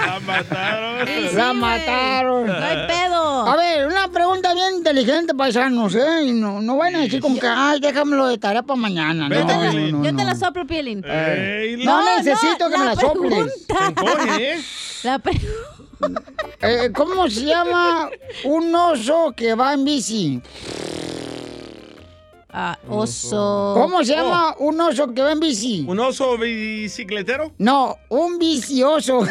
Speaker 7: La mataron.
Speaker 1: La mataron. A ver, una pregunta bien inteligente, paisanos, ¿eh? Y No, no van a decir como que, ay, déjamelo de tarea para mañana. No,
Speaker 8: yo, te la,
Speaker 1: no, no,
Speaker 8: yo te
Speaker 1: no.
Speaker 8: la soplo, Pielín.
Speaker 1: Ey, No la- necesito que me la soples.
Speaker 8: pregunta. La pre-
Speaker 1: Eh, ¿Cómo se llama un oso que va en bici?
Speaker 8: Ah,
Speaker 2: Mm.
Speaker 8: oso.
Speaker 1: ¿Cómo se llama
Speaker 8: oh.
Speaker 1: un oso que va en bici?
Speaker 2: ¿Un oso bicicletero?
Speaker 1: No, un vicioso.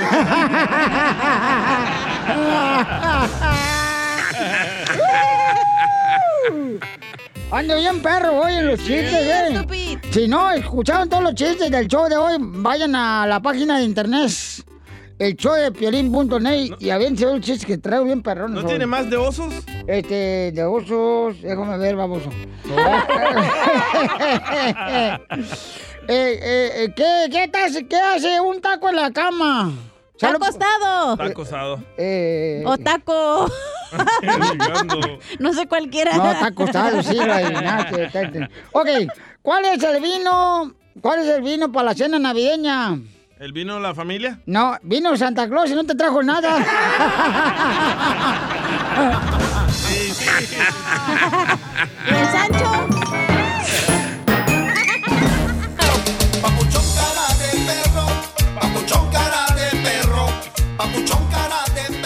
Speaker 1: Ando bien perro hoy en los chistes, eh. Si no escucharon todos los chistes del show de hoy, vayan a la página de internet, el show de piolín.net y aviénse un chiste que traigo bien perrón.
Speaker 2: ¿No tiene más de osos?
Speaker 1: Este, de osos, déjame ver, baboso. Eh, eh, eh, ¿qué, qué, te hace, qué hace un taco en la cama?
Speaker 8: Está acostado.
Speaker 2: Está acosado.
Speaker 1: Eh,
Speaker 8: O taco. no sé cualquiera.
Speaker 1: No, está acostado, sí, lo adivinaste. está- está. Ok, ¿cuál es el vino? ¿Cuál es el vino para la cena navideña?
Speaker 2: ¿El vino de la familia?
Speaker 1: No, vino Santa Claus y no te trajo nada.
Speaker 7: el Sancho? Papuchón cara de perro. Papuchón cara de perro.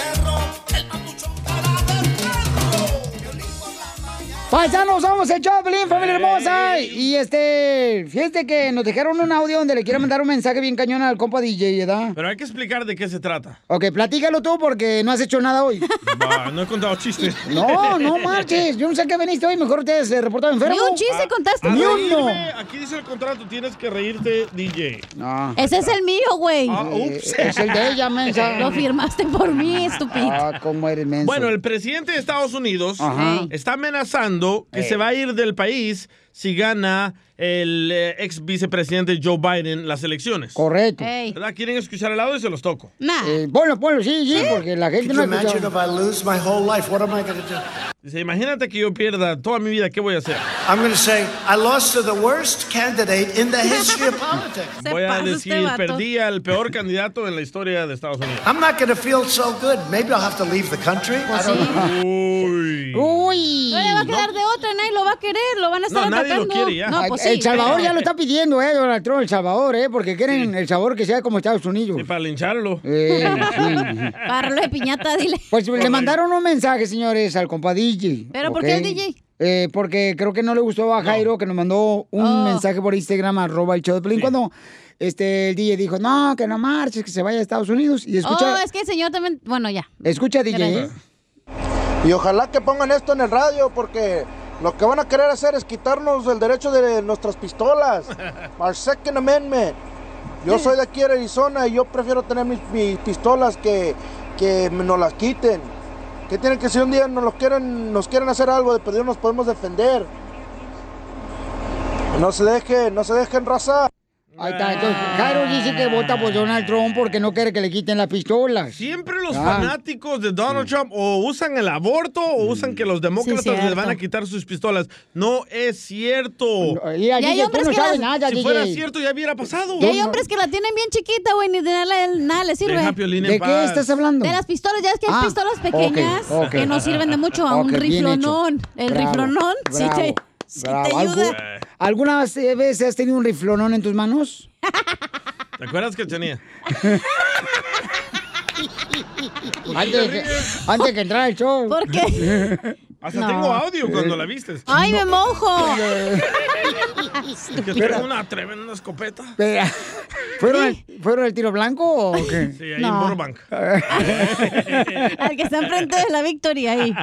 Speaker 1: Paisanos, somos el Choplin, familia hermosa. Y este, fíjate que nos dejaron un audio donde le quiero mandar un mensaje bien cañón al compa DJ, ¿verdad?
Speaker 2: Pero hay que explicar de qué se trata.
Speaker 1: Ok, platícalo tú porque no has hecho nada hoy.
Speaker 2: Va, no he contado chistes.
Speaker 1: No, no marches. Yo no sé qué veniste hoy. Mejor te has eh, reportado enfermo. Ah,
Speaker 2: A
Speaker 1: Ni uno.
Speaker 2: reírme, Aquí dice el contrato, tienes que reírte, DJ.
Speaker 1: No.
Speaker 8: Ese es el mío, güey.
Speaker 2: Ah, ups.
Speaker 1: eh, Es el de ella, mensa.
Speaker 8: Lo firmaste por mí, estúpido.
Speaker 1: Ah, cómo eres menso.
Speaker 2: Bueno, el presidente de Estados Unidos
Speaker 1: Ajá. Eh.
Speaker 2: está amenazando que
Speaker 1: Ey.
Speaker 2: se va a ir del país si gana el eh, ex vicepresidente Joe Biden las elecciones.
Speaker 1: Correcto.
Speaker 2: ¿Verdad? ¿Quieren escuchar el audio y se los toco?
Speaker 1: Eh, ponlo, ponlo, sí, sí,
Speaker 8: ¿Eh?
Speaker 1: porque la gente
Speaker 2: Could
Speaker 1: no
Speaker 2: you
Speaker 1: escucha.
Speaker 2: imagine Dice, imagínate que yo pierda toda mi vida, ¿qué voy a hacer?
Speaker 14: I'm going to say, I lost to the worst candidate in the history of politics.
Speaker 2: Voy a
Speaker 14: pasa este
Speaker 2: decir,
Speaker 14: vato.
Speaker 2: perdí al peor candidato en la historia de Estados Unidos.
Speaker 14: I'm not going to feel so good. Maybe I'll have to leave the country. I don't know.
Speaker 2: Uy.
Speaker 1: Uy.
Speaker 8: No le va a quedar de otra, nadie lo va a querer, lo van a estar atacando. No, pues sí.
Speaker 1: Eh, El Salvador ya lo está pidiendo, eh, Donald Trump, El Salvador, eh, porque quieren El Salvador que sea como Estados Unidos. Y
Speaker 2: para lincharlo.
Speaker 8: Parlo de piñata, dile.
Speaker 1: Pues le mandaron un mensaje, señores, al compa DJ.
Speaker 8: ¿Pero por
Speaker 1: ¿ok?
Speaker 8: qué el DJ?
Speaker 1: Eh, porque creo que no le gustó a Jairo que nos mandó un
Speaker 8: Oh.
Speaker 1: mensaje por Instagram, arroba el show de Pelín, cuando este, el DJ dijo, no, que no marches, que se vaya a Estados Unidos. Y escucha,
Speaker 8: Oh, es que el señor también. Bueno, ya.
Speaker 1: escucha DJ.
Speaker 8: Gracias.
Speaker 16: Y ojalá que pongan esto en el radio porque Lo que van a querer hacer es quitarnos el derecho de nuestras pistolas. Our Second Amendment. Yo soy de aquí, de Arizona, y yo prefiero tener mis, mis pistolas que, que nos las quiten. Que tienen que si un día nos, los quieren, nos quieren hacer algo, de perdido nos podemos defender. No se dejen, no se dejen raza.
Speaker 1: Ahí está, entonces,
Speaker 8: Ah.
Speaker 1: Jairo dice que vota por Donald Trump porque no quiere que le quiten las pistolas.
Speaker 2: Siempre los
Speaker 1: Ah. Mm.
Speaker 2: fanáticos de Donald Trump o usan el aborto o usan que los demócratas
Speaker 1: Sí, cierto.
Speaker 2: les van a quitar sus pistolas. No es cierto.
Speaker 1: Y hay DJ, tú hombres no que sabes las- nada,
Speaker 2: Si
Speaker 1: DJ.
Speaker 2: fuera cierto, ya hubiera pasado.
Speaker 8: Y hay hombres que la tienen bien chiquita, güey, ni de nada, nada le sirve.
Speaker 2: Deja a Piolín en ¿De qué paz. estás
Speaker 1: hablando?
Speaker 8: De las pistolas, ya es que hay
Speaker 2: Ah,
Speaker 8: pistolas pequeñas
Speaker 1: ok, ok.
Speaker 8: que no sirven de mucho a un
Speaker 1: Ok, bien
Speaker 8: riflonón.
Speaker 1: hecho.
Speaker 8: El
Speaker 1: Bravo,
Speaker 8: riflonón sí
Speaker 1: bravo,
Speaker 8: te, sí te
Speaker 1: bravo. ¿Algu-
Speaker 8: ayuda.
Speaker 1: ¿Alguna vez eh, has tenido un riflonón en tus manos?
Speaker 2: ¿Te acuerdas que tenía?
Speaker 1: Antes, de que- antes que entrara el show.
Speaker 8: ¿Por qué?
Speaker 2: Hasta
Speaker 1: No. Eh.
Speaker 2: tengo audio cuando la viste.
Speaker 8: ¡Ay, me mojo!
Speaker 2: Que tengo una tremenda escopeta.
Speaker 1: Espera. ¿Fueron, al- ¿Fueron al tiro blanco o qué?
Speaker 2: Sí, ahí en Burbank.
Speaker 8: Al que está enfrente de la victoria ahí.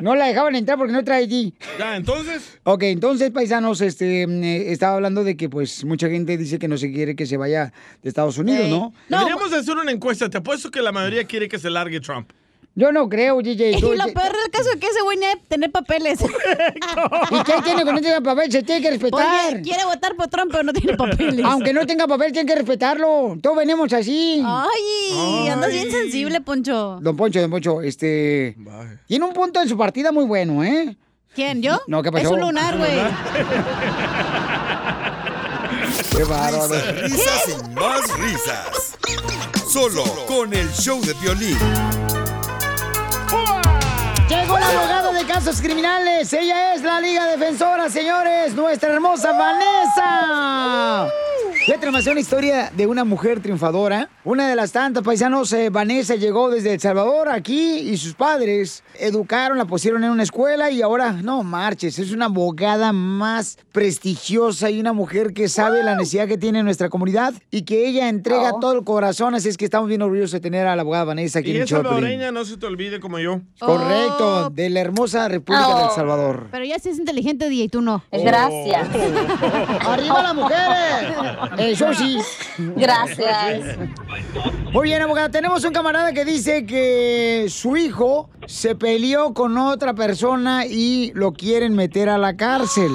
Speaker 1: No la dejaban entrar porque no trae allí.
Speaker 2: Ya, entonces.
Speaker 1: Ok, entonces, paisanos, este, mm, eh, estaba hablando de que, pues, mucha gente dice que no se quiere que se vaya de Estados Unidos, ¿no?
Speaker 2: Deberíamos hacer una encuesta. Te apuesto que la mayoría quiere que se largue Trump.
Speaker 1: Yo no creo, DJ.
Speaker 8: Y
Speaker 1: tú-
Speaker 8: lo peor del caso es que ese güey ni ha de tener papeles.
Speaker 1: ¿Y qué tiene que no tenga papel? Se tiene que respetar.
Speaker 8: Porque quiere votar por Trump, pero no tiene papeles.
Speaker 1: Aunque no tenga papel, tiene que respetarlo. Todos venimos así.
Speaker 8: Ay, andas bien sensible, Poncho.
Speaker 1: Don Poncho, Don Poncho, este... Tiene un punto en su partida muy bueno, ¿eh?
Speaker 8: ¿Quién, yo?
Speaker 1: No, ¿qué pasó?
Speaker 8: Es un lunar, güey.
Speaker 1: Qué bárbaro.
Speaker 3: Risas, risas y más risas. Solo con el show de violín.
Speaker 1: Llegó la abogada de casos criminales. Ella es la Liga Defensora, señores. Nuestra hermosa Vanessa. Ya tenemos una historia de una mujer triunfadora. Una de las tantas paisanos, eh, Vanessa, llegó desde El Salvador aquí y sus padres educaron, la pusieron en una escuela y ahora, no marches, es una abogada más prestigiosa y una mujer que sabe la necesidad que tiene nuestra comunidad y que ella entrega todo el corazón. Así es que estamos bien orgullosos de tener a la abogada Vanessa aquí
Speaker 2: Oh. Y es
Speaker 1: en el show de Piolín.
Speaker 2: salvadoreña, no se te olvide como yo. Oh.
Speaker 1: Correcto, de la hermosa República
Speaker 8: Oh.
Speaker 1: del Salvador.
Speaker 8: Pero ya sí es inteligente, DJ, y tú no.
Speaker 1: Gracias.
Speaker 8: ¡Arriba
Speaker 1: las mujeres! Eh, yo sí.
Speaker 17: Gracias.
Speaker 1: Muy bien, abogada. Tenemos un camarada que dice que su hijo se peleó con otra persona y lo quieren meter a la cárcel.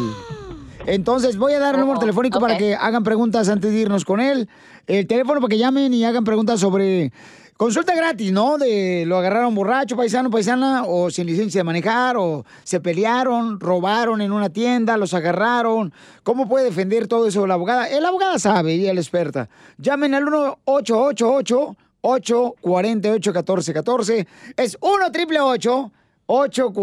Speaker 1: Entonces voy a dar el número telefónico para que hagan preguntas antes de irnos con él. El teléfono para que llamen y hagan preguntas sobre consulta gratis, ¿no? De lo agarraron borracho, paisano, paisana, o sin licencia de manejar, o se pelearon, robaron en una tienda, los agarraron. ¿Cómo puede defender todo eso la abogada? La abogada sabe y es la experta. Llamen al 1888 848 1414 Es 1 888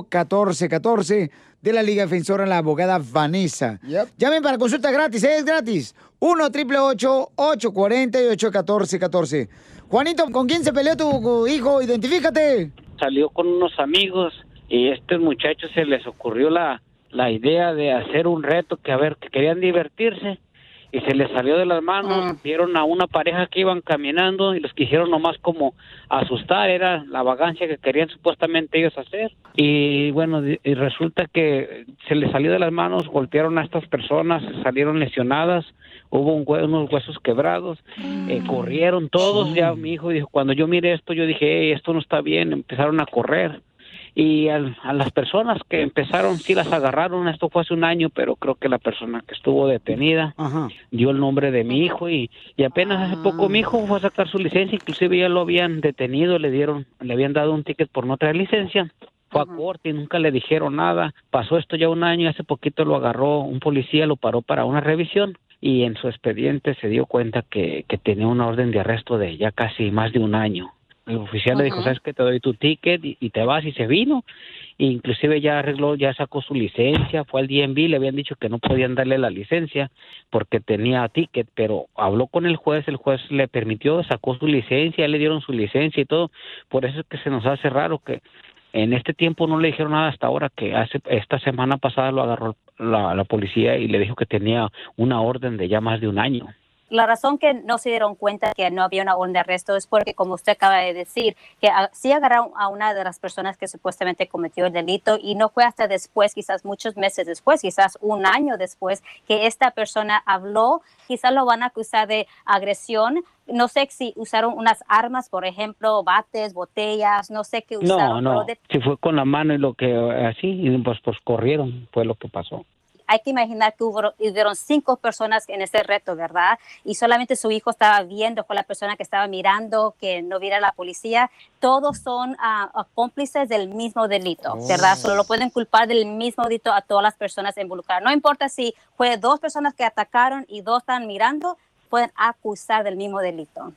Speaker 1: 848-1414 de la Liga Defensora, la abogada Vanessa. Llamen para consulta gratis, ¿eh? es gratis. 1 888 1414 Juanito, ¿con quién se peleó tu cu- hijo? Identifícate.
Speaker 28: salió con unos amigos y a estos muchachos se les ocurrió la, la idea de hacer un reto que a ver, que querían divertirse y se les salió de las manos, vieron a una pareja que iban caminando y los quisieron nomás como asustar, era la vagancia que querían supuestamente ellos hacer y bueno, di- y resulta que se les salió de las manos, golpearon a estas personas, salieron lesionadas, hubo un hue- unos huesos quebrados, eh, corrieron todos, ya mi hijo dijo, cuando yo miré esto, yo dije, "Ey, esto no está bien, empezaron a correr. Y al- a las personas que empezaron, sí las agarraron, esto fue hace un año, pero creo que la persona que estuvo detenida dio el nombre de mi hijo y, y apenas hace poco mi hijo fue a sacar su licencia, inclusive ya lo habían detenido, le dieron, le habían dado un ticket por no traer licencia. Fue a corte y nunca le dijeron nada. Pasó esto ya un año y hace poquito lo agarró un policía, lo paró para una revisión y en su expediente se dio cuenta que, que tenía una orden de arresto de ya casi más de un año. El oficial le dijo,
Speaker 21: Ujú.
Speaker 28: ¿sabes qué? Te doy tu ticket y, y te vas y se vino. Inclusive ya arregló, ya sacó su licencia, fue al DMV, le habían dicho que no podían darle la licencia porque tenía ticket, pero habló con el juez, el juez le permitió, sacó su licencia, ya le dieron su licencia y todo. Por eso es que se nos hace raro que en este tiempo no le dijeron nada hasta ahora que hace esta semana pasada lo agarró la, la policía y le dijo que tenía una orden de ya más de un año.
Speaker 12: La razón que no se dieron cuenta que no había una orden de arresto es porque, como usted acaba de decir, que a- sí agarraron a una de las personas que supuestamente cometió el delito y no fue hasta después, quizás muchos meses después, quizás un año después, que esta persona habló. Quizás lo van a acusar de agresión. No sé si usaron unas armas, por ejemplo, bates, botellas, no sé qué
Speaker 28: No,
Speaker 12: usaron.
Speaker 28: no,
Speaker 12: pero de-
Speaker 28: si fue con la mano y lo que así, y pues, pues corrieron, fue lo que pasó.
Speaker 12: hay que imaginar que hubo, hubieron cinco personas en ese reto, ¿verdad? Y solamente su hijo estaba viendo con la persona que estaba mirando, que no viera la policía. Todos son ah, ah, cómplices del mismo delito, ¿verdad?
Speaker 20: Oh.
Speaker 12: Solo lo pueden culpar del mismo delito a todas las personas involucradas. No importa si fue dos personas que atacaron y dos están mirando, pueden acusar del mismo delito.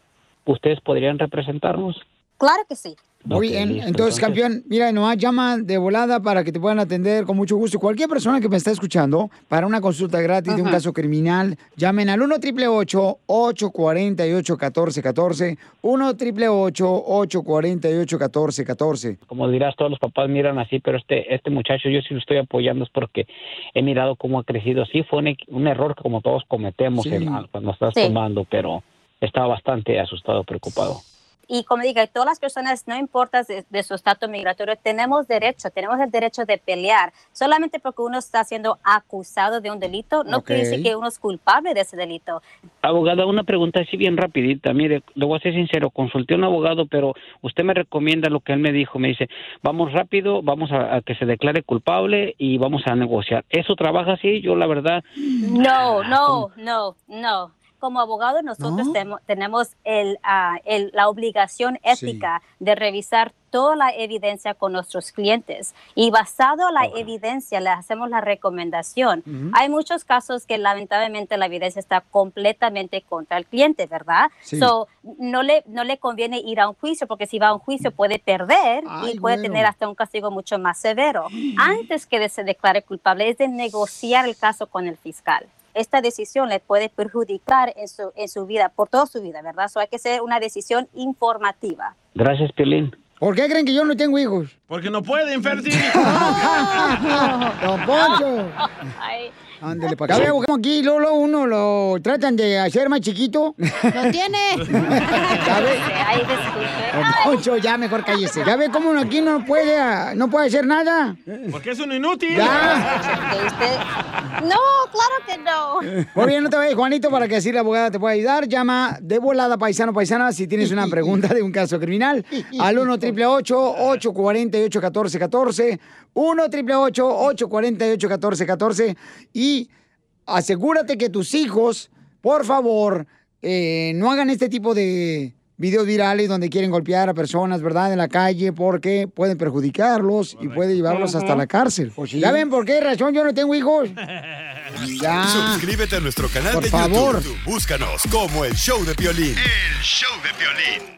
Speaker 28: ¿Ustedes podrían representarnos?
Speaker 12: Claro que sí.
Speaker 1: Muy bien, entonces, campeón, mira, nomás llama de volada para que te puedan atender con mucho gusto. Cualquier persona que me está escuchando para una consulta gratis de un
Speaker 21: Ajá.
Speaker 1: caso criminal, llamen al 1 888 848 1414 1 888 848 1414
Speaker 28: Como dirás, todos los papás miran así, pero este este muchacho yo sí lo estoy apoyando es porque he mirado cómo ha crecido. Sí, fue un, e- un error que como todos cometemos
Speaker 12: Sí.
Speaker 28: en al- cuando estás
Speaker 12: Sí.
Speaker 28: tomando, pero estaba bastante asustado, preocupado.
Speaker 12: Y como diga, todas las personas, no importa de, de su estatus migratorio, tenemos derecho, tenemos el derecho de pelear. Solamente porque uno está siendo acusado de un delito, no
Speaker 28: Ok.
Speaker 12: quiere decir que uno es culpable de ese delito.
Speaker 28: Abogada, una pregunta así bien rapidita. Mire, le voy a ser sincero, consulté a un abogado, pero usted me recomienda lo que él me dijo. Me dice, vamos rápido, vamos a, a que se declare culpable y vamos a negociar. ¿Eso trabaja así? Yo, la verdad,
Speaker 12: No,
Speaker 22: Ah,
Speaker 12: no, no, no. Como abogados nosotros temo- tenemos el, ah, el- la obligación ética de revisar toda la evidencia con nuestros clientes y basado en la evidencia le hacemos la recomendación.
Speaker 22: Ujú.
Speaker 12: Hay muchos casos que lamentablemente la evidencia está completamente contra el cliente, ¿verdad?
Speaker 22: Sí.
Speaker 12: So, no, le, no le conviene ir a un juicio porque si va a un juicio puede perder
Speaker 22: Ay,
Speaker 12: y puede
Speaker 22: bueno.
Speaker 12: tener hasta un castigo mucho más severo. Antes que se declare culpable es de negociar el caso con el fiscal. Esta decisión le puede perjudicar en su, en su vida, por toda su vida, ¿verdad? So, hay que ser una decisión informativa.
Speaker 28: gracias, Piolín.
Speaker 1: ¿Por qué creen que yo no tengo hijos?
Speaker 2: Porque no puede, infértil.
Speaker 1: Don Poncho. Ándale, para acá. Ya veo cómo aquí, luego, luego uno lo tratan de hacer más chiquito. ¡Lo tiene! Ya ve.
Speaker 12: Ay, disculpe.
Speaker 1: Don Poncho, ya mejor cállese. Ya ve cómo uno aquí no puede, ah, no puede hacer nada.
Speaker 2: Porque es un inútil.
Speaker 1: Ya.
Speaker 12: No, claro que no.
Speaker 1: Muy bien, no te vayas, Juanito, para que así la abogada te pueda ayudar. Llama de volada, paisano, paisana, si tienes una pregunta de un caso criminal, al 1 888 848 1414 1 888 848 1414 y asegúrate que tus hijos, por favor, eh, no hagan este tipo de videos virales donde quieren golpear a personas, ¿verdad?, en la calle, porque pueden perjudicarlos y puede llevarlos hasta
Speaker 3: Ujú.
Speaker 1: la cárcel.
Speaker 3: sí.
Speaker 1: ¿Ya ven por qué razón yo no tengo hijos? Ya.
Speaker 3: Suscríbete a nuestro canal
Speaker 1: Por
Speaker 3: de
Speaker 1: favor.
Speaker 3: YouTube. Búscanos como el show de Piolín. El show de Piolín.